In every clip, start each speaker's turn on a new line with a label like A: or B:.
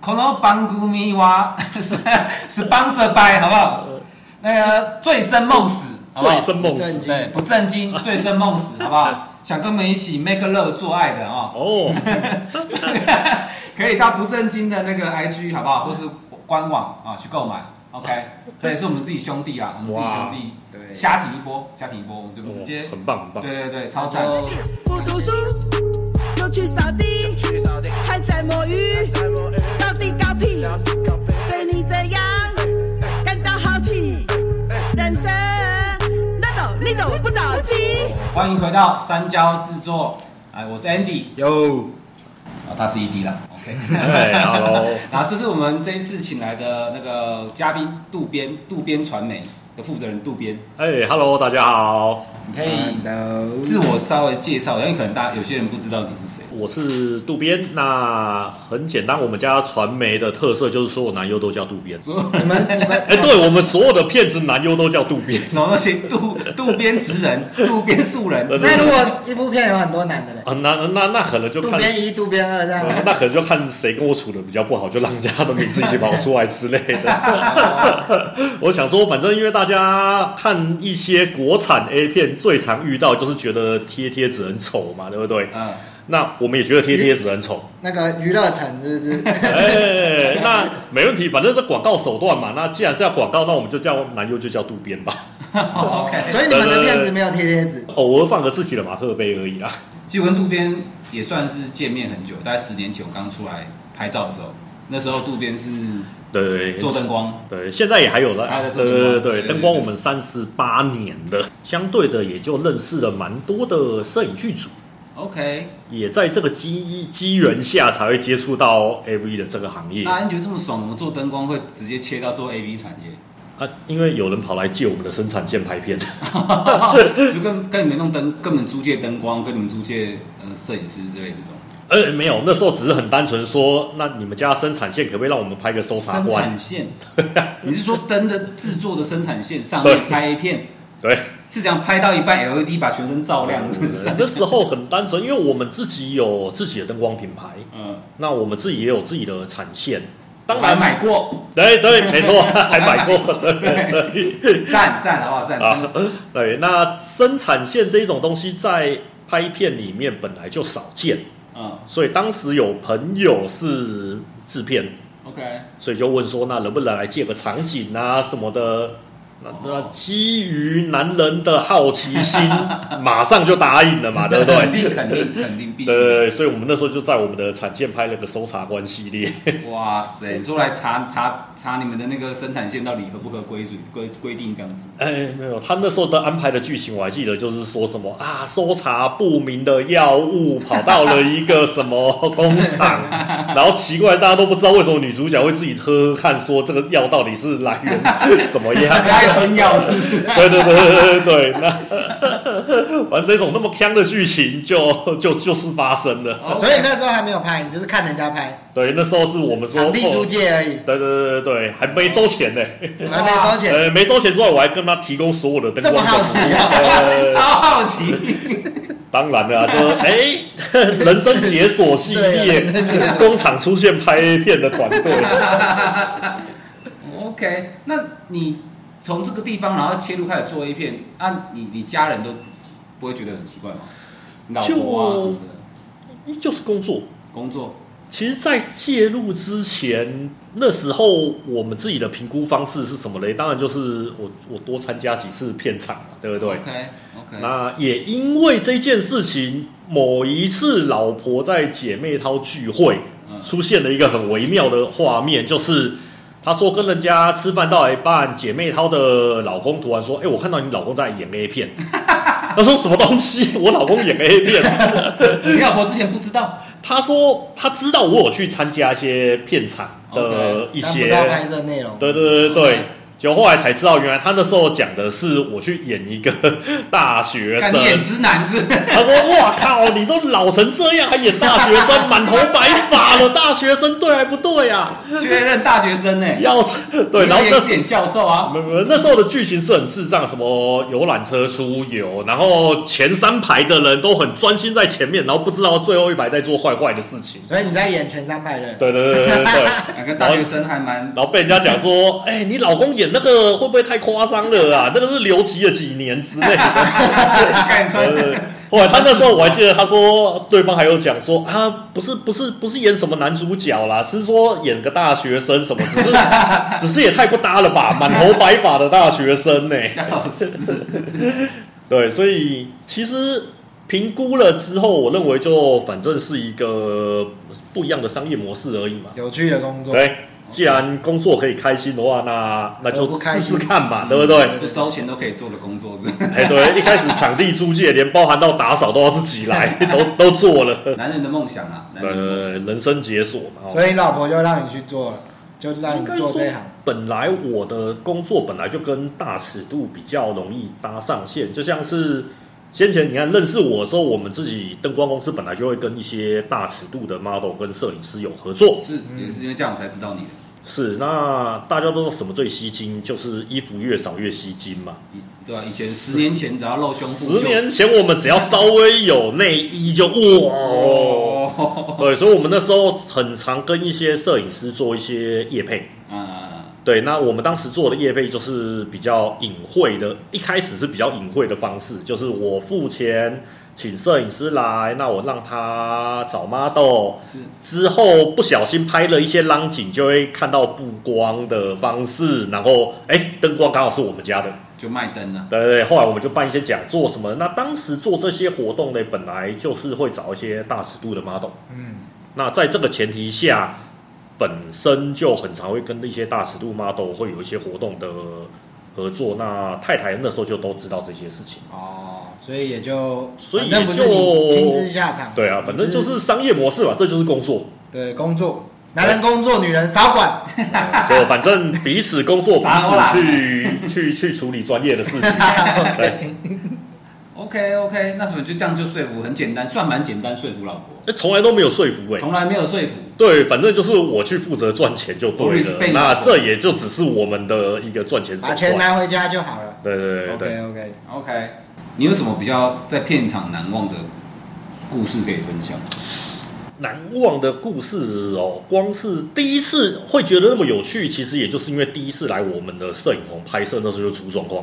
A: この番組は 是 sponsor by 好不好？那个醉生梦死，好不好
B: 醉？生梦
C: 不正
B: 死
C: 经
A: 对，不正经，醉生梦 死，好不好？想跟我们一起 make love 做爱的哦，
B: 哦，
A: 可以到不正经的那个 IG 好不好？或是官网啊去购买。OK，这也是我们自己兄弟啊，我们自己兄弟
C: 对
A: 瞎挺一波，瞎挺一波，我们就直接
B: 哦很棒很棒
A: 对对对，超赞。
C: 就
D: 不读书就去扫地，还在摸鱼，到底搞屁？对你这样感到好奇，人生那懂你懂不着急。
A: 欢迎回到三焦制作，哎，我是 Andy，
C: 有
A: 啊，他是 ED 啦，OK，
B: 哎，Hello
A: 然后这是我们这一次请来的那个嘉宾渡边渡边传媒的负责人渡边，
B: 哎，Hello，大家好，
A: 你可
C: 哎
A: 以
C: ，Hello，
A: 自我稍微介绍一下，因为可能大家有些人不知道你是谁。
B: 我是渡边。那很简单，我们家传媒的特色就是所有男优都叫渡边。
C: 你们你们
B: 哎，对我们所有的骗子男优都叫渡边。
A: 什么东西？渡渡边直 人，渡边素人，
B: 对
C: 那如果一部片有很多男的嘞，
B: 啊，那那那可能就
C: 渡
B: 看，
C: 边一、渡边二这样
B: 啊
C: 啊，
B: 那可能就看谁跟我处的比较不好，就让人家的名字一起跑出来之类的。 我想说，反正因为大家看一些国产 A 片，最常遇到就是觉得贴贴纸很丑嘛，对不对？
A: 嗯，
B: 那我们也觉得贴贴纸很丑。
C: 那个娱乐城是 不是？
B: 哎，那没问题，反正是广告手段嘛。那既然是要广告，那我们就叫男优就叫渡边吧，
A: 哦 OK。
C: 所以你们的片子没有贴贴纸，
B: 偶尔放个自己的马克杯而已啦。
A: 其实我跟渡边也算是见面很久，大概十年前我刚出来拍照的时候，那时候渡边是
B: 对对对，
A: 做灯光，
B: 对，现在也还有的
A: 还在，做
B: 对
A: 灯光
B: 对对
A: 对
B: 对
A: 对，
B: 灯光我们三十八年的，相对的也就认识了蛮多的摄影剧组，
A: OK。
B: 也在这个机机缘下才会接触到 AV 的这个行业
A: 那安觉得这么爽，我们做灯光会直接切到做 AV 产业，
B: 啊，因为有人跑来借我们的生产线拍片，
A: 就跟跟你们弄灯，跟你们租借灯光，跟你们租借呃摄影师之类这种
B: 呃，没有，那时候只是很单纯说，那你们家生产线可不可以让我们拍个搜查
A: 生
B: 官
A: 产？ 线。你是说灯的制作的生产线上面
B: 对
A: 拍 A 片，
B: 对，
A: 是这样拍到一半 LED 把全身照亮？是不是
B: 那时候很单纯，因为我们自己有自己的灯光品牌，
A: 嗯，
B: 那我们自己也有自己的产线，当
A: 我还
B: 然
A: 买过，
B: 对对，没错， 还买过，对对对
A: 赞赞好不好？赞
B: 啊，对。那生产线这一种东西在拍片里面本来就少见，
A: 嗯
B: 所以当时有朋友是制片，
A: ，OK，
B: 所以就问说，那能不能来借个场景啊什么的。那那
A: 哦
B: 基于男人的好奇心，马上就答应了嘛，对不 对？
A: 肯定肯定肯定必
B: 对对
A: 须。
B: 对，所以我们那时候就在我们的产线拍了个搜查官系列。
A: 哇塞，你说来查查查你们的那个生产线到底合不合规准规规定这样 子？
B: 哎，没有，他那时候的安排的剧情我还记得，就是说什么啊，搜查不明的药物跑到了一个什么工厂，然后奇怪，大家都不知道为什么女主角会自己喝喝看，说这个药到底是来源怎么样？
A: 爱春药是不是？
B: 对对对对对对，那反正这种那么坑的剧情就就就是发生了。
C: 所以那时候还没有拍，你就是看人家拍，
B: 对，那时候是我们说
C: 场地租
B: 哦
C: 借而已，
B: 对对对对对，还没收钱呢、
C: 我还没收钱，
B: 呃，没收钱之外，我还跟他提供所有的灯光
C: 这么好
B: 的
C: 奇
B: 服务
C: 啊
B: 对
A: 超好奇，
B: 当然了、啊，就是哎、 人生解锁系
C: 对啊
B: 列
C: 人生解，锁
B: 工厂出现拍 A 片的团队，哎
A: OK，那你从这个地方然后切入开始做 A 片，啊，你你家人都不会觉得很奇怪吗？老婆啊
B: 就
A: 什么的，
B: 就是工作。
A: 工作
B: 其实，在介入之前，那时候我们自己的评估方式是什么嘞？当然就是我我多参加几次片场嘛，对不对？
A: ，OK OK，
B: 那也因为这件事情，某一次老婆在姐妹淘聚会
A: 嗯
B: 出现了一个很微妙的画面，就是她说跟人家吃饭到一半，姐妹淘的老公突然说：“哎、我看到你老公在演 A 片。” 她说：“什么东西？我老公演 A 片
A: 你老婆之前不知 道？”
B: 她说：“她知道我有去参加一些片场的
A: OK，
B: 一
C: 但不
B: 些
C: 知道拍摄内容，
B: 对对对对对
A: OK，
B: 结果后来才知道，原来他那时候讲的是我去演一个 大学
A: 看
B: 生。
A: 你演直男是不是？
B: 他说：“哇靠，你都老成这样，还演大学生，满头白发了，大学生对还不对啊？
A: 确认大学生呢、
B: 要对，然后
A: 你
B: 那
A: 也是演教授啊，
B: 没有没有，那时候的剧情是很智障，什么游览车出游，然后前三排的人都很专心在前面，然后不知道最后一排在做坏坏的事情。
C: 所以你在演前三排的，
B: 对对对对对对。
A: 两个大学生还蛮
B: 然后被人家讲说，哎、你老公演那个会不会太夸张了啊？那个是留级了几年之类 的。
A: 干穿
B: 呃， 后来他那时候我还记得，他说对方还有讲说啊，不是不是不是演什么男主角啦，是说演个大学生什么，只是只是也太不搭了吧，满头白发的大学生呢、
A: 笑死，
B: 对，所以其实评估了之后，我认为就反正是一个不一样的商业模式而已嘛。
C: 有趣的工作，
B: 对，既然工作可以开心的话，那那
C: 何不
B: 就
C: 开
B: 试
C: 心
B: 试看嘛，对不对？
A: 不收钱都可以做的工作是不是
B: 哎，对，一开始场地租借，连包含到打扫都要自己来，都都做了。
A: 男人的梦想啊，男人的梦想。
B: 呃，人生解锁嘛。哦
C: 所以你老婆就让你去做了，就让
B: 应
C: 你
B: 该
C: 做
B: 说
C: 这一行。，
B: 本来我的工作本来就跟大尺度比较容易搭上线，就像是先前你看认识我的时候，我们自己灯光公司本来就会跟一些大尺度的 model 跟摄影师有合作。
A: 是，也是因为这样我才知道你的。
B: 是，那大家都说什么最吸睛，就是衣服越少越吸睛嘛。
A: 以对啊，以前十年前只要露胸部就，
B: 十年前我们只要稍微有内衣就哇哦。
A: 哦，
B: 对，所以我们那时候很常跟一些摄影师做一些夜配。
A: 嗯，
B: 对，那我们当时做的业配就是比较隐晦的，一开始是比较隐晦的方式，就是我付钱请摄影师来，那我让他找 model，
A: 嗯是
B: 之后不小心拍了一些浪景，就会看到布光的方式，然后哎，灯光刚好是我们家的，
A: 就卖灯了。
B: 对对对，后来我们就办一些讲座什么的。那当时做这些活动呢，本来就是会找一些大尺度的 model。
C: 嗯，
B: 那在这个前提下，本身就很常会跟一些大尺度 model 会有一些活动的合作。那太太那时候就都知道这些事情。
C: 哦，所以也就，
B: 所以
C: 反正不是
B: 也就
C: 你亲自下场，
B: 对啊，反正
C: 你
B: 就是商业模式嘛，这就是工作。
C: 对工作，男人工作，女人 少管，
B: 就反正彼此工作，彼
A: 杂货啦
B: 此去去去处理专业的事情。对，哎
A: OK OK，那所以就这样就说服，很简单，算蛮简单说服老婆，
B: 哎从来都没有说服哎、
A: 从来没有说服。
B: 对，反正就是我去负责赚钱就
A: 我
B: 对
A: respect
B: 了。那这也就只是我们的一个赚钱手
C: 把
B: 段。
C: 钱拿回家就好了。
B: 对对对对
C: OK OK，
A: OK，你有什么比较在片场难忘的故事可以分享？
B: 难忘的故事哦，光是第一次会觉得那么有趣，其实也就是因为第一次来我们的摄影棚拍摄，那时候就出状况。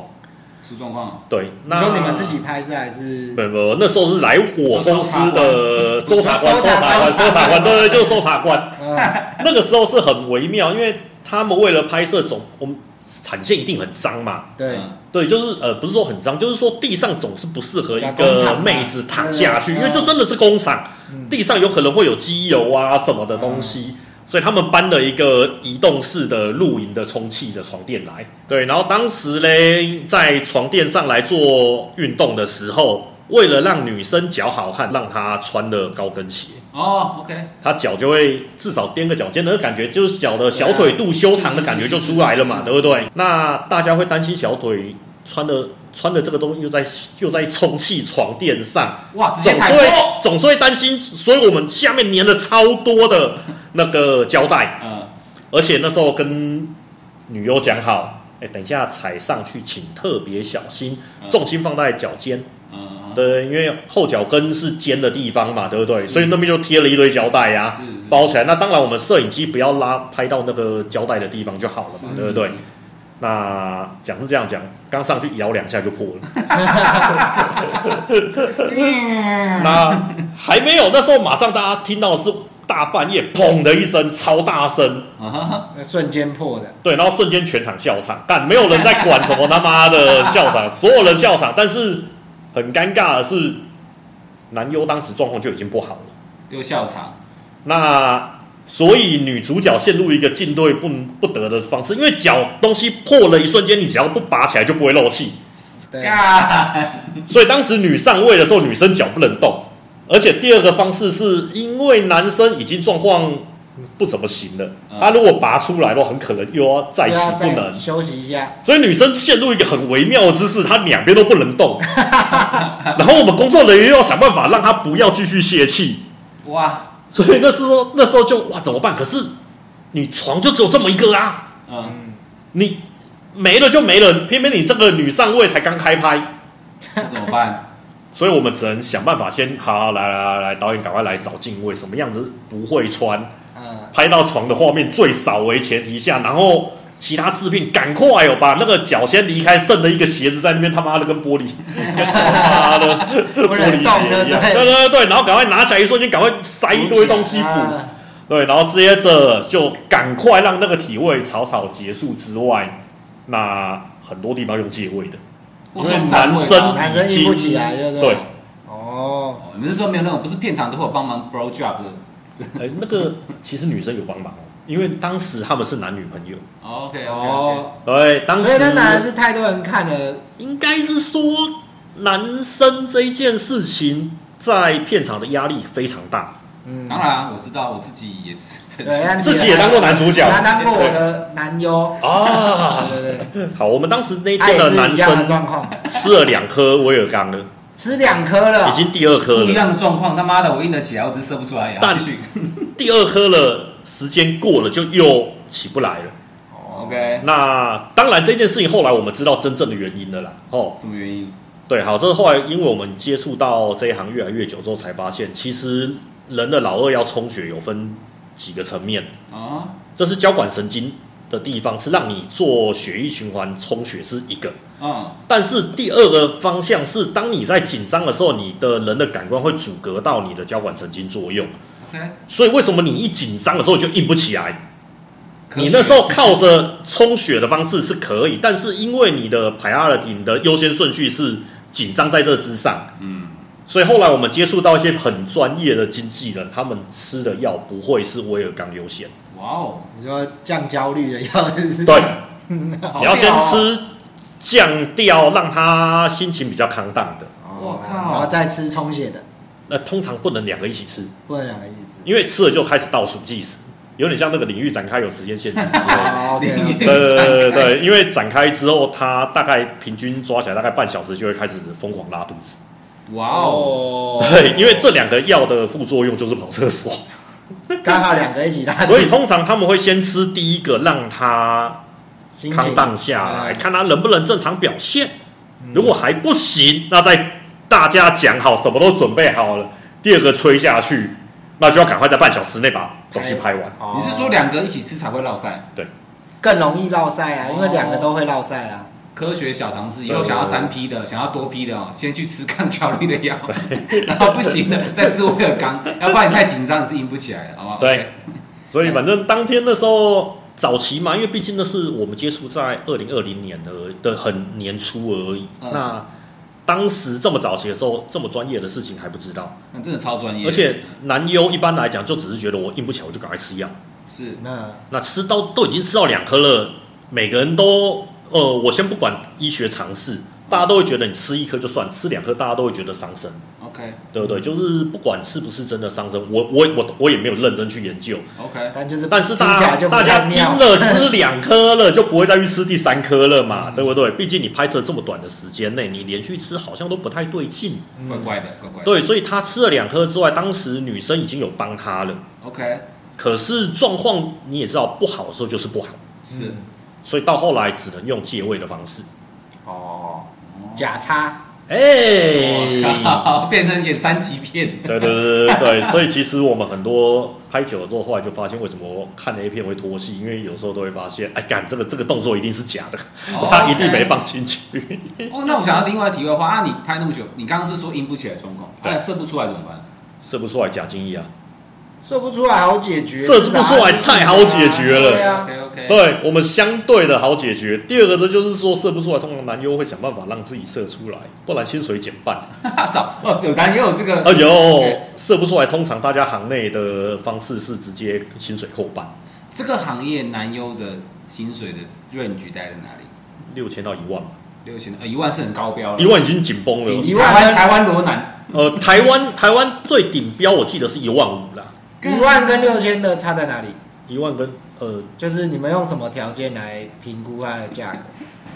A: 出状况，
B: 对，
C: 你
B: 那
C: 说你们自己拍摄还是
B: 没？有没有，那时候是来我公司的搜
C: 搜查
B: 查官，搜
C: 官搜查
B: 查
C: 官
B: 官，搜查官，
C: 搜查官
B: 对对，就是搜查官。
C: 嗯，
B: 那个时候是很微妙，因为他们为了拍摄总，我们产线一定很脏嘛，
C: 对，
A: 嗯
B: 对，就是呃，不是说很脏，就是说地上总是不适合一
C: 工
B: 个
C: 厂嘛
B: 妹子躺下去，
C: 嗯
B: 因为这真的是工厂，
C: 嗯
B: 地上有可能会有机油啊什么的东西，所以他们搬了一个移动式的露营的充气的床垫来。对，然后当时嘞，在床垫上来做运动的时候，为了让女生脚好看，让她穿了高跟鞋。
A: 哦，OK，
B: 她脚就会至少踮个脚尖，那个感觉就是脚的小腿肚修长的感觉就出来了嘛，
A: 是
B: 对不对？那大家会担心小腿穿的穿的这个东西又在又在充气床垫上，
A: 哇，直接
B: 总
A: 踩
B: 是会
A: 破，
B: 总是会担心，所以我们下面粘了超多的那个胶带，
A: 嗯，
B: 而且那时候跟女优讲好，哎，等一下踩上去请特别小心，重心放在脚尖，
A: 嗯，
B: 对，因为后脚跟是尖的地方嘛，对不对？
A: 是
B: 所以那边就贴了一堆胶带呀、
A: 是是
B: 包起来。那当然，我们摄影机不要拉拍到那个胶带的地方就好了嘛，对不对？那讲是这样讲，刚上去摇两下就破了。那还没有，那时候马上大家听到是大半夜砰的一声，超大声。
A: 啊哈哈，
C: 那瞬间破的，
B: 对，然后瞬间全场笑场，但没有人在管什么他妈的笑场，所有人笑场。但是很尴尬的是，男优当时状况就已经不好了。
A: 又笑场，
B: 那所以女主角陷入一个进退不不得的方式，因为脚东西破了一瞬间，你只要不拔起来就不会漏气。
C: 对，
A: 干，
B: 所以当时女上位的时候，女生脚不能动。而且第二个方式是因为男生已经状况不怎么行了，他如果拔出来的话，很可能又要再
C: 嗯又
B: 起
C: 要
B: 不
C: 再
B: 能。
C: 休息一下，
B: 所以女生陷入一个很微妙的姿势，她两边都不能动。然后我们工作人员又要想办法让她不要继续泄气。
A: 哇，
B: 所以那时候那时候就哇怎么办？可是你床就只有这么一个啊，
A: 嗯，
B: 你没了就没了，偏偏你这个女上位才刚开拍，
A: 那怎么办？
B: 所以我们只能想办法先好来来来来，导演赶快来找敬畏，什么样子不会穿，
C: 嗯，
B: 拍到床的画面最少为前提下，然后其他制片赶快哦，把那个脚先离开，剩了一个鞋子在那边，他妈的跟玻璃，跟他妈的 玻璃
C: 能动
B: 鞋一样，对
C: 对不对
B: 对对，然后赶快拿起来，一瞬间赶快塞一堆东西补，
C: 啊
B: 对，然后接着就赶快让那个体位草草结束之外，那很多地方用借位的，
A: 或者我们
B: 因为
A: 展
B: 男
A: 位
B: 生
A: 吧
C: 男生硬不起来，对不
B: 对，
C: 哦，
A: 哦你们是说没有那种不是片场都会有帮忙 bro job 的
B: 哎、那个其实女生有帮忙哦，因为当时他们是男女朋友，
A: ？OK 哦，
C: 哦，
B: 对，当时
C: 所以那男的是太多人看了，
B: 应该是说男生这一件事情在片场的压力非常大，
C: 嗯，
A: 当然啊我知道我自己也是曾
C: 对，
A: 经
C: 但
B: 自己也当过哎男主角
C: 他当过我的男优，
B: 啊。
C: 对对对，
B: 好，我们当时那一
C: 他
B: 天
C: 也
B: 的
C: 是
B: 男
C: 一样的
B: 生
C: 状况，
B: 吃了两颗威尔刚了，
C: 吃两颗了，
B: 已经第二颗
A: 不一
B: 了，
A: 样的状况，他妈的我硬得起来，我只是射不出来呀。
B: 但
A: 继续
B: 第二颗了，时间过了就又起不来了。哦
A: ，OK，
B: 那当然这件事情后来我们知道真正的原因了啦。哦，
A: 什么原因？
B: 对，好，这是后来因为我们接触到这一行越来越久之后，才发现其实人的老二要充血有分几个层面。
A: 啊，
B: 这是交感神经的地方，是让你做血液循环充血是一个。
A: 嗯，
B: 但是第二个方向是，当你在紧张的时候，你的人的感官会阻隔到你的交感神经作用。
A: OK，
B: 所以为什么你一紧张的时候就硬不起来？
A: 科学
B: 你那时候靠着充血的方式是可以，但是因为你的 priority 你的优先顺序是紧张在这之上，
A: 嗯，
B: 所以后来我们接触到一些很专业的经纪人，他们吃的药不会是威尔刚优先，
A: 哇哦，
C: 你说降焦虑的药是不是？
B: 对，
A: 好
B: 你要先
A: 屌哦
B: 吃降掉，让他心情比较康荡的。
C: 哦，
A: 我靠
C: 然后再吃充血的，
B: 那通常不能两个一起吃，
C: 不能两个一起吃。
B: 因为吃了就开始倒数计时，有点像那个领域展开有时间 限制之类的。
C: 哦
A: 领域
B: 对
C: ，OK，
B: 对对对对，因为展开之后，它大概平均抓起来大概半小时就会开始疯狂拉肚子。
A: 哇哦，
C: 哦，
B: 对，因为这两个药的副作用就是跑厕 所，
C: 刚好两个一起拉，
B: 所以通常他们会先吃第一个，让他
C: 心
B: 康
C: 情
B: 荡下来，
C: 嗯
B: 看他能不能正常表现。如果还不行，那再大家讲好，什么都准备好了，第二个吹下去，那就要赶快在半小时内把东西拍完。
C: 哦
A: 你是说两个一起吃才会落赛？
C: 更容易落赛啊？
A: 哦
C: 因为两个都会落赛啊。
A: 科学小常识，以
B: 对
A: 后想要
B: 对对
A: 三批的，想要多批的哦，先去吃抗焦虑的药， 然后不行 的再吃威尔刚，要不然你太紧张你是硬不起来的，好不好？
B: 对，所以反正当天那时候早期嘛，因为毕竟那是我们接触在二零二零年的的很年初而已。
A: 嗯
B: 那当时这么早期的时候，这么专业的事情还不知道，
A: 那真的超专业，
B: 而且男优一般来讲就只是觉得我硬不起来，我就赶快吃药。
A: 是
C: 那
B: 那吃到都已经吃到两颗了，每个人都呃，我先不管医学常识，大家都会觉得你吃一颗就算，吃两颗大家都会觉得伤身，
A: OK
B: 对不
C: 嗯
B: 对？就是不管是不是真的伤身，我我我我也没有认真去研 究，
A: OK，
C: 但就是
B: 但是
C: 听
B: 大
C: 起来
B: 家
C: 就
B: 大家
C: 不太
B: 听
C: 妙
B: 了吃两颗了，就不会再去吃第三颗了
C: 嗯
B: 嘛，对不对？毕竟你拍摄这么短的时间内，你连续吃好像都不太对劲，
C: 嗯
A: 怪怪的，怪怪的
B: 对，所以他吃了两颗之外，当时女生已经有帮他了，
A: ，OK
B: 可是状况你也知道，不好的时候就是不好。
A: 是
B: 所以到后来只能用借位的方式。
C: 哦，假叉
B: 哎、
A: 好变成演三级片，
B: 对对对对对，所以其实我们很多拍久了之后，后来就发现为什么我看 A 片会脱戏，因为有时候都会发现，哎，干这个这个动作一定是假的，
A: 哦
B: 他 一定
A: OK
B: 没放进去。
A: 哦，那我想要另外题外话啊，你拍那么久，你刚刚是说硬不起来状况，
B: 对
A: 那射不出来怎么办？
B: 射不出来假精液啊！
C: 射不出来好解决，
B: 射不出来太好解决了
C: 对啊，
A: OK OK，
B: 对我们相对的好解决。第二个呢，就是说射不出来，通常男优会想办法让自己射出来，不然薪水减 半。
A: 少哦，有男也有这个
B: 啊，有
A: OK
B: 射不出来，通常大家行内的方式是直接薪水扣半，
A: 这个行业男优的薪水的 range 大概在哪里？
B: 六千到一万嘛，
A: 六千呃一万是很高标了，
B: 一万已经紧绷了。
C: 一
A: 台
C: 万
A: 湾台湾罗南
B: 呃，台湾台湾最顶标我记得是一万五啦，
A: 干
C: 一万跟六千的差在哪里？
B: 一万跟呃
C: 就是你们用什么条件来评估它的价格？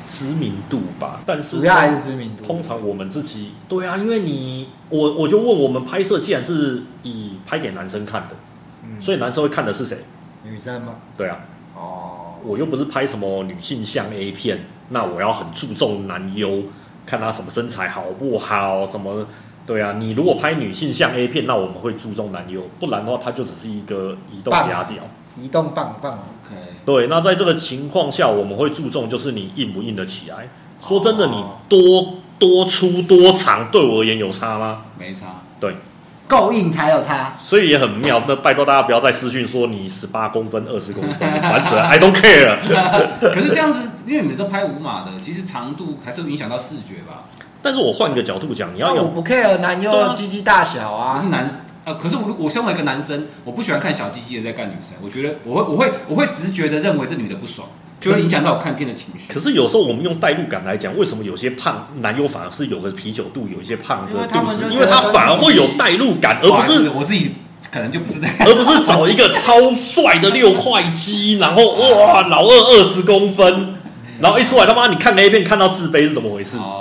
B: 知名度吧，但是
C: 主要还是知名度。
B: 通常我们自己对啊，因为你我我就问我们拍摄，既然是以拍给男生看的，
C: 嗯
B: 所以男生会看的是谁？
C: 女生吗？
B: 对啊，
C: 哦，
B: 我又不是拍什么女性向 A 片，那我要很注重男优，看他什么身材好不好，什么对啊。你如果拍女性向 A 片，那我们会注重男优，不然的话，它就只是一个移动
C: 棒子
B: 假屌。
C: 移动棒棒，
A: OK，
B: 对，那在这个情况下，我们会注重就是你硬不硬得起来。说真的，你
C: 哦
B: 多多粗多长，对我而言有差吗？
A: 没差。
B: 对，
C: 够硬才有差。
B: 所以也很妙。那拜托大家不要再私讯说你十八公分、二十公 分，烦死了，I don't care。
A: 可是这样子，因为你们都拍五码的，其实长度还是会影响到视觉吧？
B: 但是我换个角度讲，你要
C: 那我
B: 有
C: 不 care 男优
B: 对啊
C: 的鸡鸡大小
A: 可
C: 啊
A: 是，男，呃，可是我如我身为一个男生，我不喜欢看小鸡鸡的在干女生，我觉得我会我会我会直觉的认为这女的不爽，就会影响到我看片的情绪
B: 可。是有时候我们用代入感来讲，为什么有些胖男优反而是有个啤酒肚，有一些胖
C: 因
B: 的
C: 为他
B: 肚
C: 们
B: 子
C: 就？
B: 因为他
C: 觉得
B: 反而
C: 自己
B: 会有代入感，而不是
A: 我自己可能就不是那样。
B: 而不是找一个超帅的六块肌，然后哇老二二十公分，然后一出来他妈你看 A 片看到自卑是怎么回事？
A: 哦，那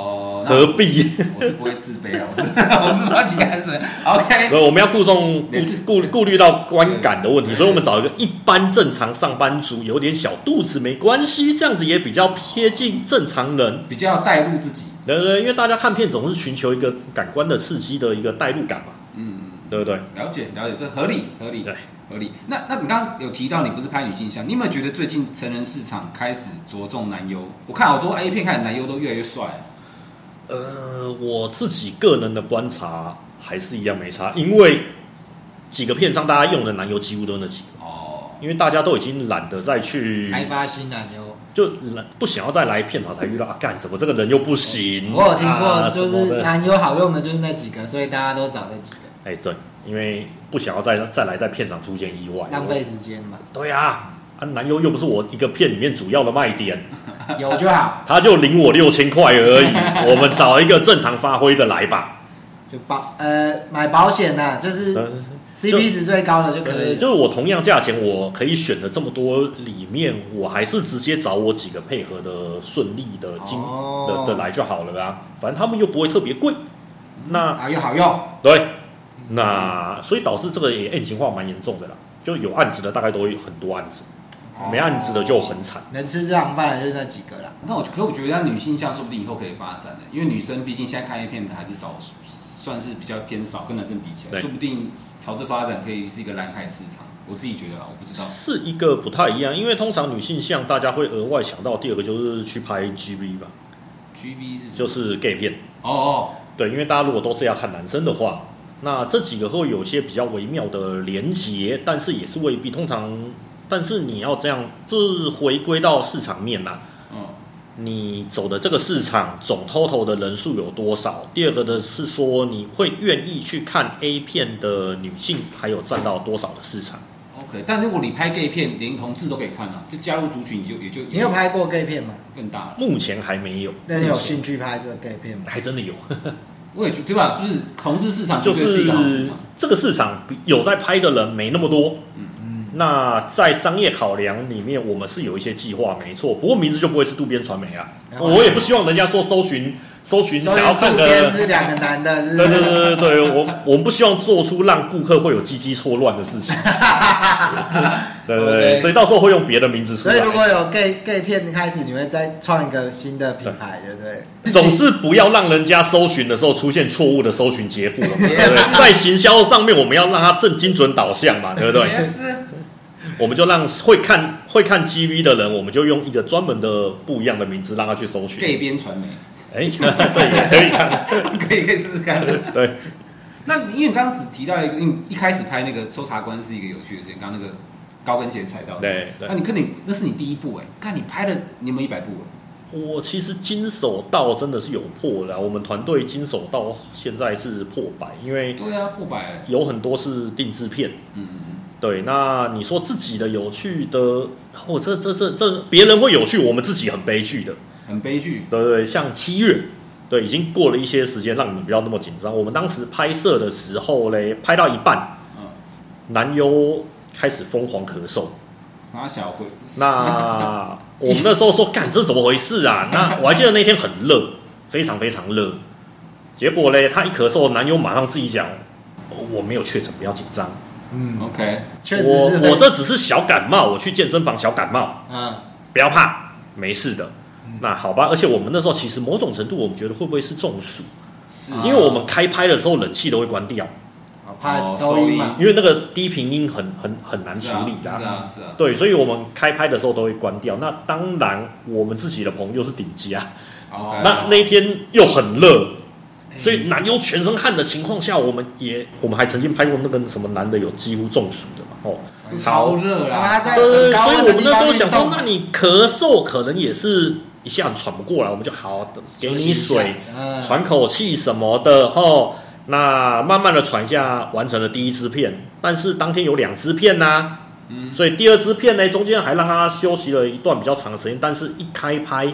B: 何必？
A: 我是不会自卑啊，我是我是不起干涉。OK，
B: 呃，我们要注重顾
A: 也是
B: 顾顾虑到观感的问题，
A: 对
B: 所以我们找一个一般正常上班族，有点小肚子没关系，这样子也比较贴近正常人。
A: 比较带入自己。
B: 对对，对因为大家看片总是寻求一个感官的刺激的一个代入感嘛，
A: 嗯，
B: 对不对？
A: 了解了解，这合理合理
B: 对
A: 合理。那那你刚刚有提到你不是拍女性向，你有没有觉得最近成人市场开始着重男优？我看好多 A 片看的男优都越来越帅了。
B: 呃，我自己个人的观察还是一样没差，因为几个片商大家用的男优几乎都那几个，
A: 哦，
B: 因为大家都已经懒得再去，
C: 开发新男优。
B: 就懒不想要再来片场才遇到啊，干怎么这个人又不行？
C: 我有哦听过，
B: 啊
C: 就
B: 什么
C: 是
B: 的
C: 男优好用的就是那几个，所以大家都找那几个，
B: 哎、对，因为不想要再再来在片场出现意外，
C: 浪费。时间嘛，
B: 对啊，啊，男优又不是我一个片里面主要的卖点，
C: 有就好，
B: 他就领我六千块而 已，我们找一个正常发挥的来吧。
C: 就保呃买保险呐，就是
B: 嗯
C: CP 值最高的就可以
B: 对，
C: 了。
B: 呃就是我同样价钱，我可以选的这么多里面，我还是直接找我几个配合的顺利的经、
C: 哦
B: 的的来就好了啊，反正他们又不会特别贵。那
C: 啊又好用，
B: 对，
C: 嗯
B: 那所以导致这个也案情化蛮严重的啦，就有案子的大概都有很多案子，没案子的就很惨。
C: 能吃这行饭的就是那几个啦。
A: 那我可是我觉得女性向说不定以后可以发展的，因为女生毕竟现在看 A 片的还是少，算是比较偏少，跟男生比起来，
B: 对
A: 说不定朝这发展可以是一个蓝海市场。我自己觉得啦，我不知道。
C: 哦
B: 是一个不太一样，因为通常女性向大家会额外想到第二个就是去拍 GV 吧，
A: G V 是什么
B: 就是 gay 片。
A: 哦哦，
B: 对，因为大家如果都是要看男生的话，那这几个会有一些比较微妙的连结，但是也是未必。通常，但是你要这样，就是回归到市场面呐、
A: 嗯，
B: 你走的这个市场总 total 的人数有多少？第二个的是说你会愿意去看 A 片的女性，还有占到多少的市场？
A: OK，但如果你拍 gay 片，连同志都可以看啊，就加入族群你就也就
B: 嗯
C: 你有拍过 gay 片吗？
A: 更大了。
B: 目前还没有，
C: 那你有兴趣拍这个 gay 片吗？
B: 还真的有，
A: 我也觉得对吧？是不是同志市场
B: 就
A: 绝对是一个好市
B: 是
A: 场？
B: 这个市场有在拍的人没那么多。
C: 嗯，
B: 那在商业考量里面，我们是有一些计划，没错。不过名字就不会是渡边传媒啊，
C: 然后呢
B: 我也不希望人家说搜寻搜寻
C: 所
B: 想
C: 以
B: 要看
C: 这
B: 的
C: 边是两个男的，是不
B: 对对
C: 是？
B: 对对对，我我们不希望做出让顾客会有鸡鸡错乱的事情。对对对，
C: OK
B: 所以到时候会用别的名字出
C: 所
B: 来
C: 以。如果有 gay gay 片开始，你会再创一个新的品牌，对不对？
B: 总是不要让人家搜寻的时候出现错误的搜寻结果，对不
A: Yes
B: 对？在行销上面，我们要让它正精准导向嘛，对不对？
A: 是
B: 我们就让会看会看 GV 的人，我们就用一个专门的不一样的名字让他 去搜寻。
A: gay 边传媒，
B: 哎，这也可以看。
A: 可以可以试试看。
B: 对，
A: 那你因为你刚刚只提到一个，你一开始拍那个搜查官是一个有趣的事情，刚刚那个高跟鞋踩到的。
B: 对对
A: 那你肯定那是你第一部哎、看你拍了你有没有一百部欸了？
B: 我其实金手道真的是有破的啊、我们团队金手道现在是破百，因为
A: 对啊，破百了。
B: 有很多是定制片。
A: 嗯嗯
B: 对，那你说自己的有趣的，哦，这这这这别人会有趣，我们自己很悲剧的，
A: 嗯，很悲剧。
B: 对对对，像七月，对，已经过了一些时间，让你们不要那么紧张。我们当时拍摄的时候嘞，拍到一半，
A: 嗯，
B: 男优开始疯狂咳 嗽。
A: 啥小鬼？
B: 那我们那时候说，干这怎么回事啊？那我还记得那天很热，非常非常热。结果嘞，他一咳嗽，男友马上自己讲：“哦我没有确诊，不要紧张。
C: 嗯，
A: OK，
C: 确实是
B: 我
C: 会
B: 我这只是小感冒，我去健身房小感冒，
C: 嗯
B: 不要怕，没事的。”
A: 嗯
B: 那好吧，而且我们那时候其实某种程度，我们觉得会不会是中暑？
A: 是啊
B: 因为我们开拍的时候冷气都会关掉，
C: 我怕
A: 哦
C: 收音嘛，
B: 因为那个低频音很很很难
A: 是
B: 处
A: 啊
B: 理的、
A: 是啊是啊，
B: 对，所以我们开拍的时候都会关掉。那当然，我们自己的朋友是顶级啊。
C: 哦
A: OK
B: 那那一天又很热，所以男优全身汗的情况下，我们也我们还曾经拍过那个什么男的有几乎中暑的嘛，哦，
A: 这超热
C: 然后他
A: 啦，
C: 在
B: 对，呃所
C: 很高
B: 以
C: 温
B: 我
C: 的
B: 们
C: 地
B: 那时
C: 方
B: 候
C: 运
B: 想说
C: 动，，啊
B: 那你咳嗽可能也是一下子喘不过来，我们就好给
C: 休息
B: 你
C: 一下
B: 水，
C: 嗯
B: 喘口气什么的，吼。那慢慢的喘一下，完成了第一支片，但是当天有两支片呐、
A: 嗯，
B: 所以第二支片呢，中间还让他休息了一段比较长的时间，但是一开拍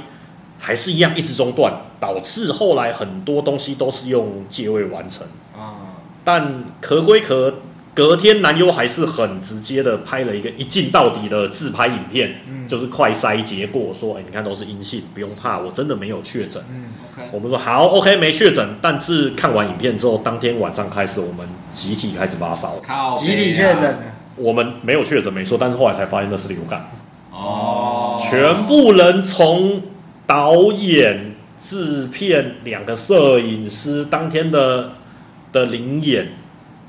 B: 还是一样一直中断，导致后来很多东西都是用借位完成。
C: 啊，
B: 但壳归壳，隔天男优还是很直接的拍了一个一镜到底的自拍影片，
C: 嗯
B: 就是快筛结果说，哎、你看都是阴性，不用怕，我真的没有确诊。
C: 嗯，
A: OK，
B: 我们说好，OK，没确诊，但是看完影片之后，当天晚上开始，我们集体开始发烧。
A: 靠北啊
C: 集体确诊的，
B: 我们没有确诊，没错，但是后来才发现那是流感。
A: 哦，
B: 全部人从导演、制片、两个摄影师、当天的的灵演，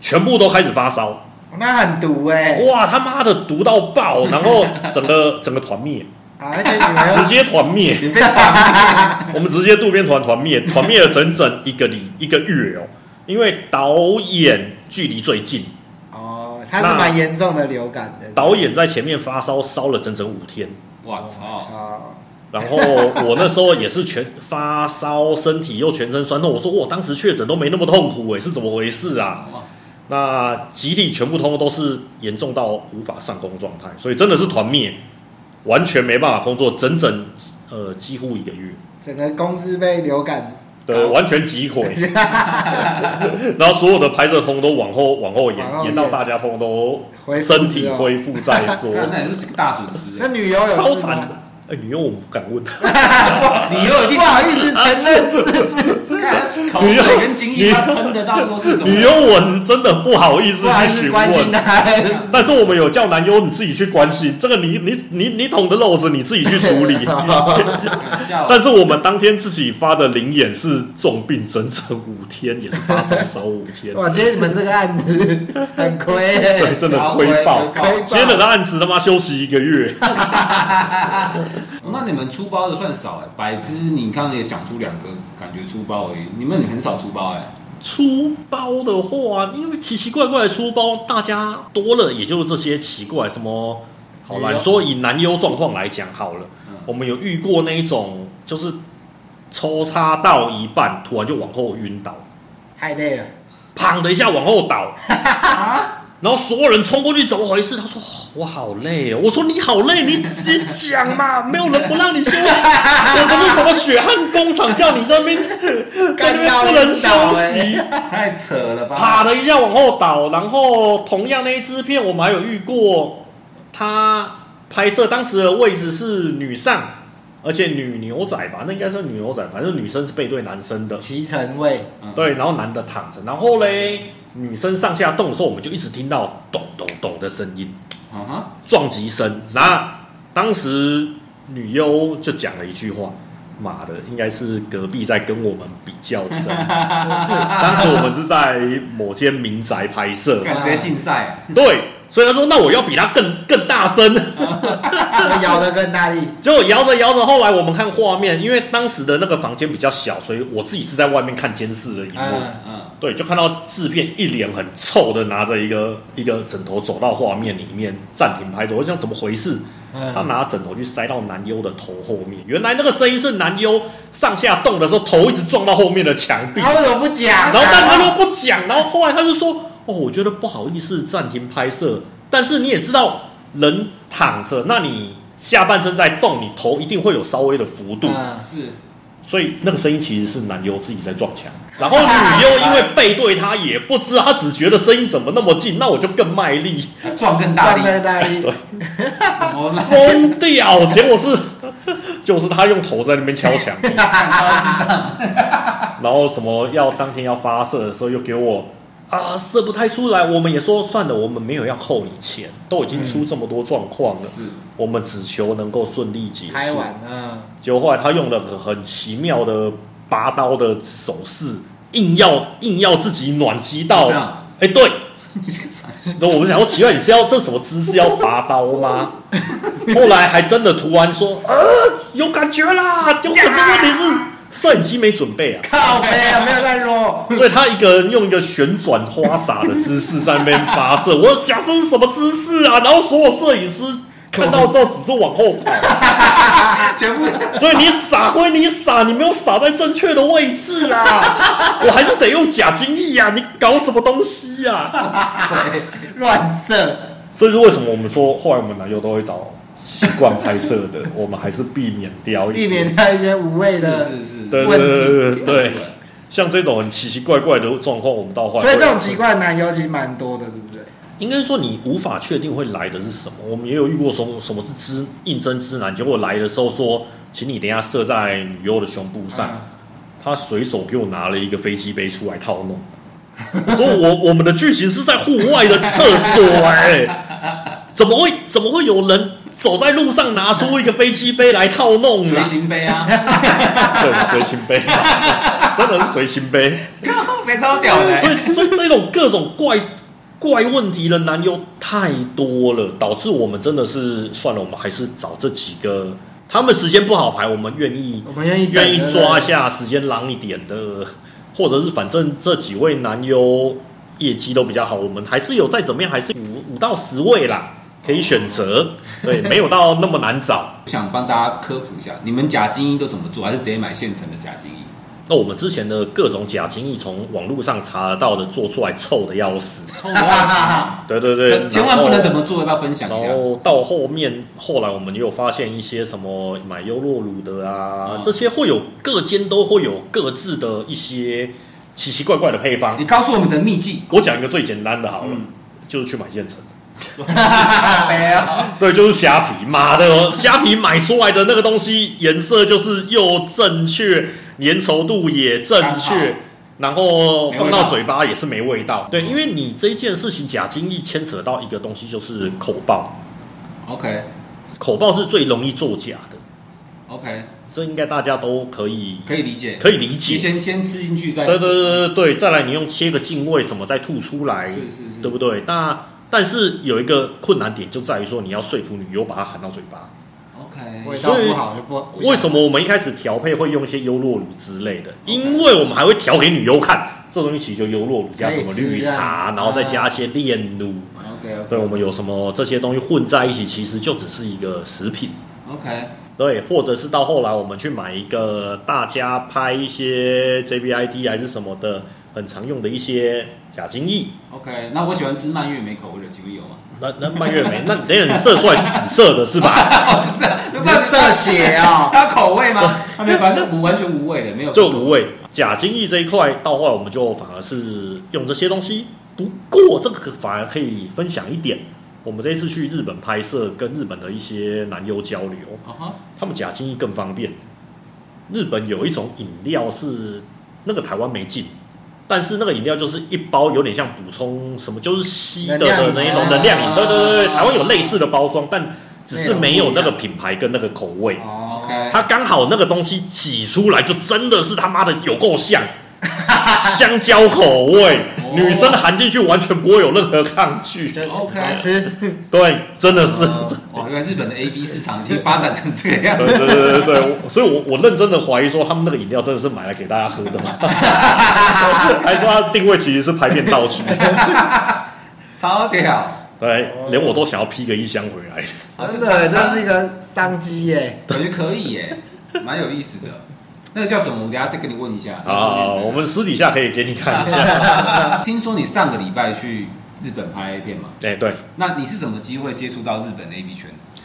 B: 全部都开始发烧，
C: 啊那很毒 哎，
B: 哇，他妈的毒到爆！然后整个 整个团灭，
C: 啊而且你们
B: 直
C: 又
B: 接团灭，
A: 哎你被打，
B: 我们直接渡边团团灭，团灭了整整一个礼一个月哦，因为导演距离最近，
C: 哦，他是蛮严重的流感的，
B: 导演在前面发烧烧了整整五天。
A: 我 操，
C: 操，
B: 然 后我那时候也是全发烧，身体又全身酸痛。我说我当时确诊都没那么痛苦诶、是怎么回事啊？那集体全部通通都是严重到无法上工状态，所以真的是团灭，完全没办法工作，整整呃几乎一个月，
C: 整个公司被流感
B: 对，
C: 搞
B: 完全击溃。 然后所有的拍摄通通都往后往后延
C: 往后，
B: 延
C: 延
B: 到大家通通
C: 恢
B: 都
C: 复
B: 身体
C: 之后
B: 恢复再 说，
A: 干那也是个大损失
C: 那
A: 欸，
C: 女友
B: 超
C: 有事
B: 惨
C: 吗
B: 的。？哎、女优我们不敢问。
A: 你又一定
C: 不好意思承认自己，
A: 看口水跟精液他喷的到处都是，怎么
B: 女优我真的不好意思
C: 不好
B: 去
C: 意思
B: 询
C: 关心
B: 问，
C: 他，
B: 但是我们有叫男优你自己去关心，这个你你你你捅的漏子你自己去处 理。
A: 敢笑？
B: 但是我们当天自己发的灵眼是重病整整五天，也是发烧烧五天，
C: 我觉得你们这个案子很亏、欸
B: 对，真的亏爆。
C: 亏爆
B: 接了的案子他妈休息一个月，
A: 那你们出包的算少哎，百只你刚刚也讲出两个，感觉出包而已。你们很少出包哎，
B: 出包的话，因为奇奇怪怪的出包，大家多了，也就这些奇怪什么。好
C: 哎
B: 啦，
C: 呦
B: 你说以男优状况来讲好了，
A: 嗯
B: 我们有遇过那一种，就是抽插到一半，突然就往后晕倒，
C: 太累了，
B: 砰的一下往后倒，然后所有人冲过去，怎么回事？他说我好累哦，我说你好累，你自己讲 嘛，没有人不让你休息，我不是什么血汗工厂，叫你在那边 在那
C: 干到
B: 边不能
C: 晕
B: 休
C: 倒
B: 息。
C: 欸
A: 太扯了
B: 啪
A: 吧？
B: 的一下往后倒，然后同样那一支片我们还有遇过，他拍摄当时的位置是女上，而且女牛仔吧，那应该是女牛仔，反正女生是背对男生的，
C: 齐成卫，
A: 嗯，
B: 对，然后男的躺着，然后嘞女生上下动的时候，我们就一直听到咚咚咚的声音，
A: 嗯哼，
B: 撞击声，那当时女优就讲了一句话。妈的，应该是隔壁在跟我们比较声。当时我们是在某间民宅拍 摄，
A: 干直接竞赛，
B: 对，所以他说那我要比他更更大声。
C: 就摇得更大力，
B: 结果摇着摇着，后来我们看画面，因为当时的那个房间比较小，所以我自己是在外面看监视的一幕。
C: 嗯
A: 嗯，
B: 对，就看到制片一脸很臭的拿着一个一个枕头走到画面里面暂停拍摄，我就想怎么回事？他
C: 嗯，
B: 拿枕头去塞到男优的头后面，原来那个声音是男优上下动的时候头一直撞到后面的墙壁，
C: 他为什么不讲？啊
B: 然后但他都不讲，然后后来他就说：“哦，我觉得不好意思暂停拍摄，但是你也知道，人躺着，那你下半身在动，你头一定会有稍微的幅度。
C: 嗯
A: 是
B: 所以那个声音其实是男优自己在撞墙，然后女优因为背对他也不知道，他只觉得声音怎么那么近，那我就更卖力，
A: 撞更大
C: 大
A: 力，
C: 力大力，
B: 对，
A: 什么烂
B: 疯掉。结果是 就是他用头在那边敲墙，
A: 高智障？
B: 然后什么要当天要发射的时候又给我啊射不太出来，我们也说算了，我们没有要扣你钱，都已经出这么多状况了，
A: 是
B: 我们只求能够顺利结束。
C: 拍完嗯，
B: 结果后来他用了个很奇妙的拔刀的手势，硬要硬要自己暖机到
A: 这样，
B: 哎、对，那我们想说奇怪，你是要这什么姿势要拔刀 吗？后来还真的涂完说，呃，有感觉啦，就可是问题是摄影机没准备啊，
C: 靠背啊，没有乱说，
B: 所以他一个人用一个旋转花洒的姿势在那边发射，我想这是什么姿势啊？然后所有摄影师看到之后只是往后跑。
A: 全部
B: 所以你傻归你傻，你没有傻在正确的位置 啊！我还是得用假精液啊！你搞什么东西啊？
C: 乱射，
B: 这就是为什么我们说后来我们男友都会找习惯拍摄的，我们还是避免掉一些
C: 避免掉一些无谓的。
A: 是是是
B: 对
A: 是，
B: 对
C: 问题
B: 对对对对，像这种很奇奇怪怪的状况，我们到后来
C: 所以这种奇怪的男优其实蛮多的，对不对？
B: 应该说你无法确定会来的是什么。我们也有遇过什么什么是知应征知男，结果来的时候说，请你等一下射在女优的胸部上，
C: 嗯
B: 他随手给我拿了一个飞机杯出来套 弄。我说我我们的剧情是在户外的厕所哎、怎么会怎么会有人走在路上拿出一个飞机杯来套弄
A: 随
B: 啊？
A: 行杯啊，
B: 对，随行杯嘛， 真的是随行杯。
A: 靠北超屌的
B: 所
A: 欸，
B: 以所以这种各种怪怪问题的男优太多了，导致我们真的是算了，我们还是找这几个，他们时间不好排，我们愿意
C: 我们愿意等
B: 愿意抓一
C: 对不对
B: 下时间狼一点的，或者是反正这几位男优业绩都比较好，我们还是有再怎么样还是五五到十位啦。可以选择，对，没有到那么难找。
A: 我想帮大家科普一下，你们假精英都怎么做？还是直接买现成的假精英？
B: 那我们之前的各种假精益，从网络上查得到的，做出来臭的要死。
A: 臭的要死
B: 对对
A: 这
B: 对，
A: 千万不能
B: 然后
A: 怎么做，要不要分享
B: 然
A: 一下？
B: 后到后面，后来我们也有发现一些什么买优洛乳的啊，
A: 嗯
B: 这些会有各间都会有各自的一些奇奇怪怪的配方
A: 你。告诉我们的秘技，
B: 我讲一个最简单的好了，
A: 嗯
B: 就是去买现成的，
A: 没有，
B: 对，就是虾皮，妈的，虾皮买出来的那个东西颜色就是又正确，粘稠度也正
A: 刚好
B: 确。然
A: 没
B: 后
A: 味
B: 放到
A: 道
B: 嘴巴也是没味道，对，因为你这件事情假精益牵扯到一个东西，就是口爆，
A: OK
B: 口爆是最容易作假的。
A: OK，
B: 这应该大家都可以
A: 可以理解，
B: 可以理
A: 你
B: 解。
A: 先先吃进去再
B: 对对对对对，再来你用切个进位什么再吐出来，
A: 是是是
B: 对不对？那但是有一个困难点就在于说，你要说服女优把它含到嘴巴。
A: OK，
C: 味道不好就不
B: 为什？么我们一开始调配会用一些优酪乳之类的？因为我们还会调给女优看，这东西其实就优酪乳加什么绿茶，
C: 可以吃这样子啊
B: 然后再加一些炼乳。
A: OK OK
B: 对，我们有什么这些东西混在一起，其实就只是一个食品。
A: OK，
B: 对，或者是到后来我们去买一个大家拍一些 JBID 还是什么的，很常用的一些假精液。
A: OK，那我喜欢吃蔓越莓口味的，请问有吗？
B: 那那蔓越莓，那你等一下你射出来是紫色的是吧？
A: 哦，不是啊，那
C: 你
A: 不
C: 是
A: 是
C: 射血 啊、
A: 它口味吗？它没有，反正完全无味的，没有
B: 就无味。假精液这一块，到后来我们就反而是用这些东西。不过这个反而可以分享一点，我们这一次去日本拍摄，跟日本的一些男优交流，
A: 啊哈，
B: 他们假精液更方便。日本有一种饮料是那个台湾没进，但是那个饮料就是一包，有点像补充什么，就是稀的
C: 能量
B: 的
C: 饮
B: 那一种
C: 啊
B: 能量饮。对对对对，台湾有类似的包装，但只是没有那
C: 内容
B: 个
C: 不
B: 品牌跟那个口味。
C: 哦
A: OK
B: 它刚好那个东西挤出来，就真的是他妈的有够像香蕉口味，
A: 哦
B: 女生含进去完全不会有任何抗拒。
C: 就
A: OK
C: 好吃，
B: 对，真的是。
C: 哦
A: 哇，原来日本的 AB 市场已经发展成这个样
B: 对
A: 子，
B: 对对对对，我所以我我认真的怀疑说，他们那个饮料真的是买来给大家喝的吗？还是说它的定位其实是排便道具？
A: 超屌！
B: 对，连我都想要批个一箱回来。
C: 真的，这是一个商机耶。
A: 我觉得可以耶，蛮有意思的。那个叫什么？我等一下再跟你问一下。
B: 啊，我们私底下可以给你看一下。
A: 听说你上个礼拜去日本拍片嘛？
B: 哎，对，
A: 那你是什么机会接触到日本 A B 圈的？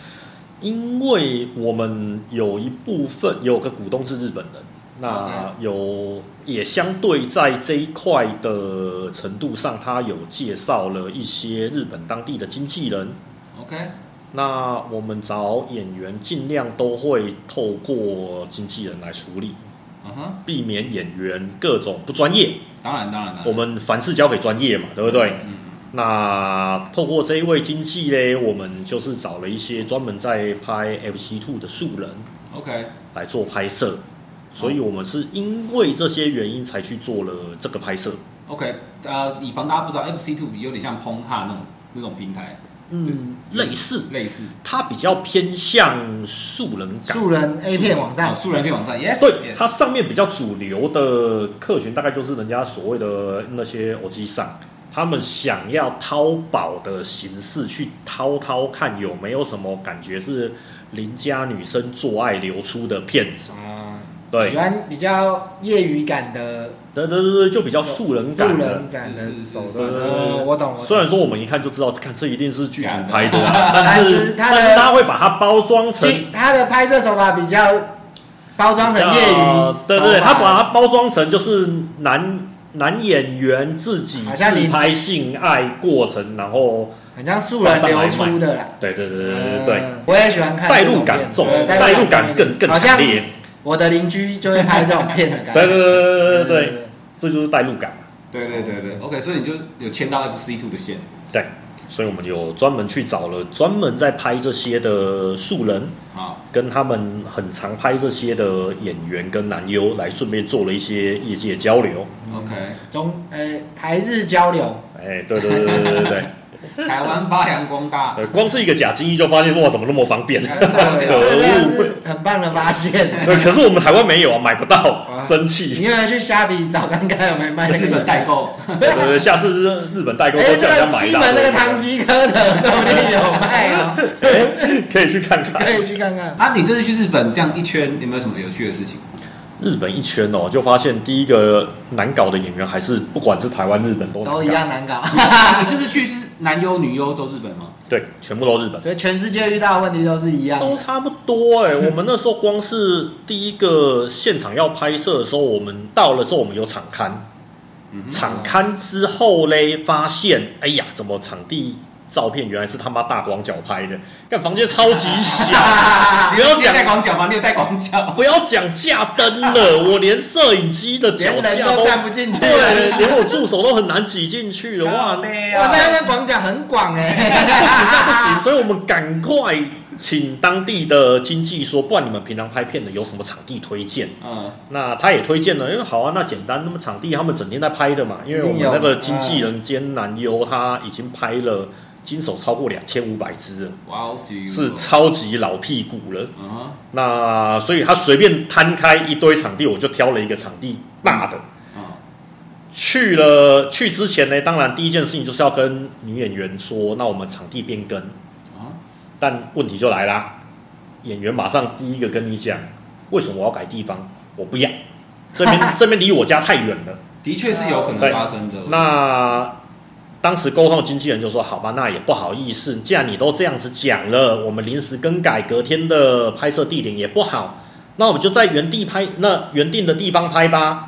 B: 因为我们有一部分有个股东是日本人，那有也相对在这一块的程度上，他有介绍了一些日本当地的经纪人。
A: OK，
B: 那我们找演员尽量都会透过经纪人来处理，
A: 嗯哼，
B: 避免演员各种不专业。
A: 当然当然当
B: 我
A: 然，
B: 们凡事交给专业嘛，对不对？
A: 嗯
B: 那透过这一位经纪嘞，我们就是找了一些专门在拍 FC Two 的素人
A: ，OK，
B: 来做拍摄，所以我们是因为这些原因才去做了这个拍摄。
A: OK，呃，以防大家不知道，FC Two 有点像 p o n h u 那种那种平台，
B: 嗯，类似，
A: 类似
B: 它比较偏向素人感。
C: 素人 A 片网站
A: 哦，素人片网站，Yes，
B: 对，
A: yes
B: 它上面比较主流的客群，大概就是人家所谓的那些耳机上，他们想要淘宝的形式去淘淘看有没有什么感觉是邻家女生做爱流出的片子。
A: 哦
C: 啊，
B: 对
C: 喜欢比较业余感的
B: 对对对对，就比较素人感
C: 素
B: 的
C: 人。感
A: 是
C: 的
A: 是是
C: 手
A: 是
C: 段。
A: 是
C: 呃我懂，我
B: 虽然
C: 懂。
B: 说我们一看就知道，看这一定是剧组
A: 假的
B: 拍的啦，但
C: 但
B: 是
C: 是它的
B: 但是他会把它包装成
C: 其他的拍摄手法比较包装成业余手法，
B: 对对对，他把它包装成就是男男演员自己
C: 好像
B: 自
C: 你
B: 拍性爱过程，然后
C: 很像素人流出的啦。
B: 对对对对对对，
C: 呃我也喜欢看
B: 代
C: 这
B: 入
C: 种
B: 感
C: 片
B: 重，
C: 对
B: 代入
C: 感
B: 感
C: 重一
B: 更
C: 点
B: 更
C: 好
B: 强
C: 像
B: 烈，
C: 我的邻居就会拍这种片的感 觉。
B: 对对对对对
C: 对
B: 对，这就是代入感，
A: 对对对对，OK，所以你就有牵到 FC Two 的线，
B: 对，所以我们有专门去找了专门在拍这些的素人。
A: 好，
B: 跟他们很常拍这些的演员跟男优来顺便做了一些业界交流，
A: OK，
C: 中呃台日交 流，
B: 哎，对对对对对对 对，
A: 台湾发扬光 大，
B: 呃，光是一个假精英就发现哇，怎么那么方便？
C: 哎
B: 呃
C: 这个这个是很棒的发现。
B: 对，可是我们台湾没有啊，买不到，生
C: 你
B: 气。
C: 有没有去虾皮找看看有没有卖那个
A: 日本代？购，
B: 对对对，下次是日本代购
C: 哎、
B: 都
C: 这
B: 叫人
C: 个
B: 家买
C: 西
B: 到。
C: 门那个唐吉诃德说不定有卖哦，
B: 哎， 可以去看
C: 可
B: 看。
C: 以去看看。
A: 那啊你这次去日本这样一圈，有没有什么有趣的事 情？
B: 日本一圈哦，就发现第一个难搞的演员还是不管是台湾、日本都难搞
C: 都一。样难搞，
A: 你这次去是男优女优都日本吗？
B: 对，全部都日本，
C: 所以全世界遇到的问题都是 一样的
B: 都差不多 哎。我们那时候光是第一个现场要拍摄的时候，我们到了之后，我们有场刊，
A: 嗯哼，
B: 场刊之后嘞，发现哎呀，怎么场地照片原来是他妈大广角拍的，但房间超级小， 不要
A: 你有
B: 讲
A: 带广角吗？你有带广角？
B: 不要讲架灯 了，我连摄影机的脚
C: 连人
B: 架
C: 都站不进去。
B: 对，连我助手都很难挤进去了，哇，那
A: 累
C: 哇，
A: 啊！
C: 那那广角很广哎、
B: 不
C: 啊
B: 行，所以我们赶快请当地的经纪说，不然你们平常拍片的有什么场地推荐？
A: 嗯，
B: 那他也推荐了，因为好啊，那简单，那么场地他们整天在拍的嘛，因为我们那个经纪人兼男优他已经拍了经手超过两千五百支了，
A: 哇哦，是
B: 是超级老屁股了。
A: 嗯哼，
B: 那所以他随便摊开一堆场地，我就挑了一个场地大的。
A: 嗯
B: 去了去之前呢，当然第一件事情就是要跟女演员说，那我们场地变更。
A: 嗯
B: 但问题就来啦，演员马上第一个跟你讲，为什么我要改地方？我不要，这边这边离我家太远了。
A: 的确是有可能发生的。
B: 那当时沟通的经纪人就说：“好吧，那也不好意思，既然你都这样子讲了，我们临时更改隔天的拍摄地点也不好，那我们就在原地拍，那原定的地方拍吧。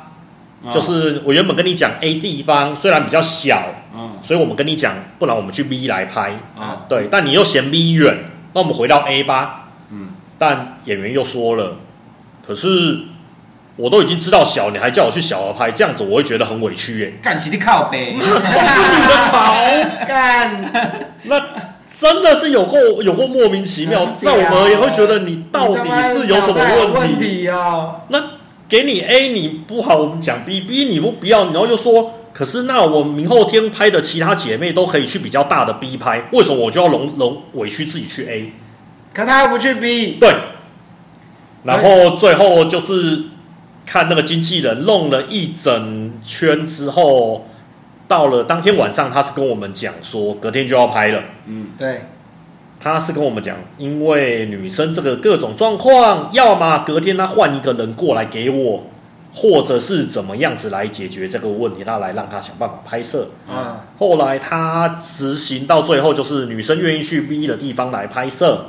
A: 嗯
B: 就是我原本跟你讲 A 地方虽然比较小，
A: 嗯
B: 所以我们跟你讲，不然我们去 B 来拍，
A: 啊
B: 对，但你又嫌 B 远，那我们回到 A 吧。
A: 嗯，
B: 但演员又说了，可是我都已经知道小，你还叫我去小而拍，这样子我会觉得很委屈耶、
A: 干起的靠 背，
C: 干，
B: 那真的是有够有够莫名其妙，
C: 嗯
B: 在我们也会觉得你到底是有什
C: 你他妈脑袋有
B: 么问
C: 问
B: 题？
C: 题哦？
B: 那给你 A 你不好，我们讲 B，B 你不不要，然后又说，可是那我明后天拍的其他姐妹都可以去比较大的 B 拍，为什么我就要容容委屈自己去 A？
C: 可他又不去 B，
B: 对，然后最后就是看那个经纪人弄了一整圈之后，到了当天晚上，他是跟我们讲说隔天就要拍了。
A: 嗯，
C: 对，
B: 他是跟我们讲，因为女生这个各种状况，要么隔天他换一个人过来给我，或者是怎么样子来解决这个问题，他来让他想办法拍摄。
C: 啊、
B: 后来他执行到最后，就是女生愿意去 B 的地方来拍摄，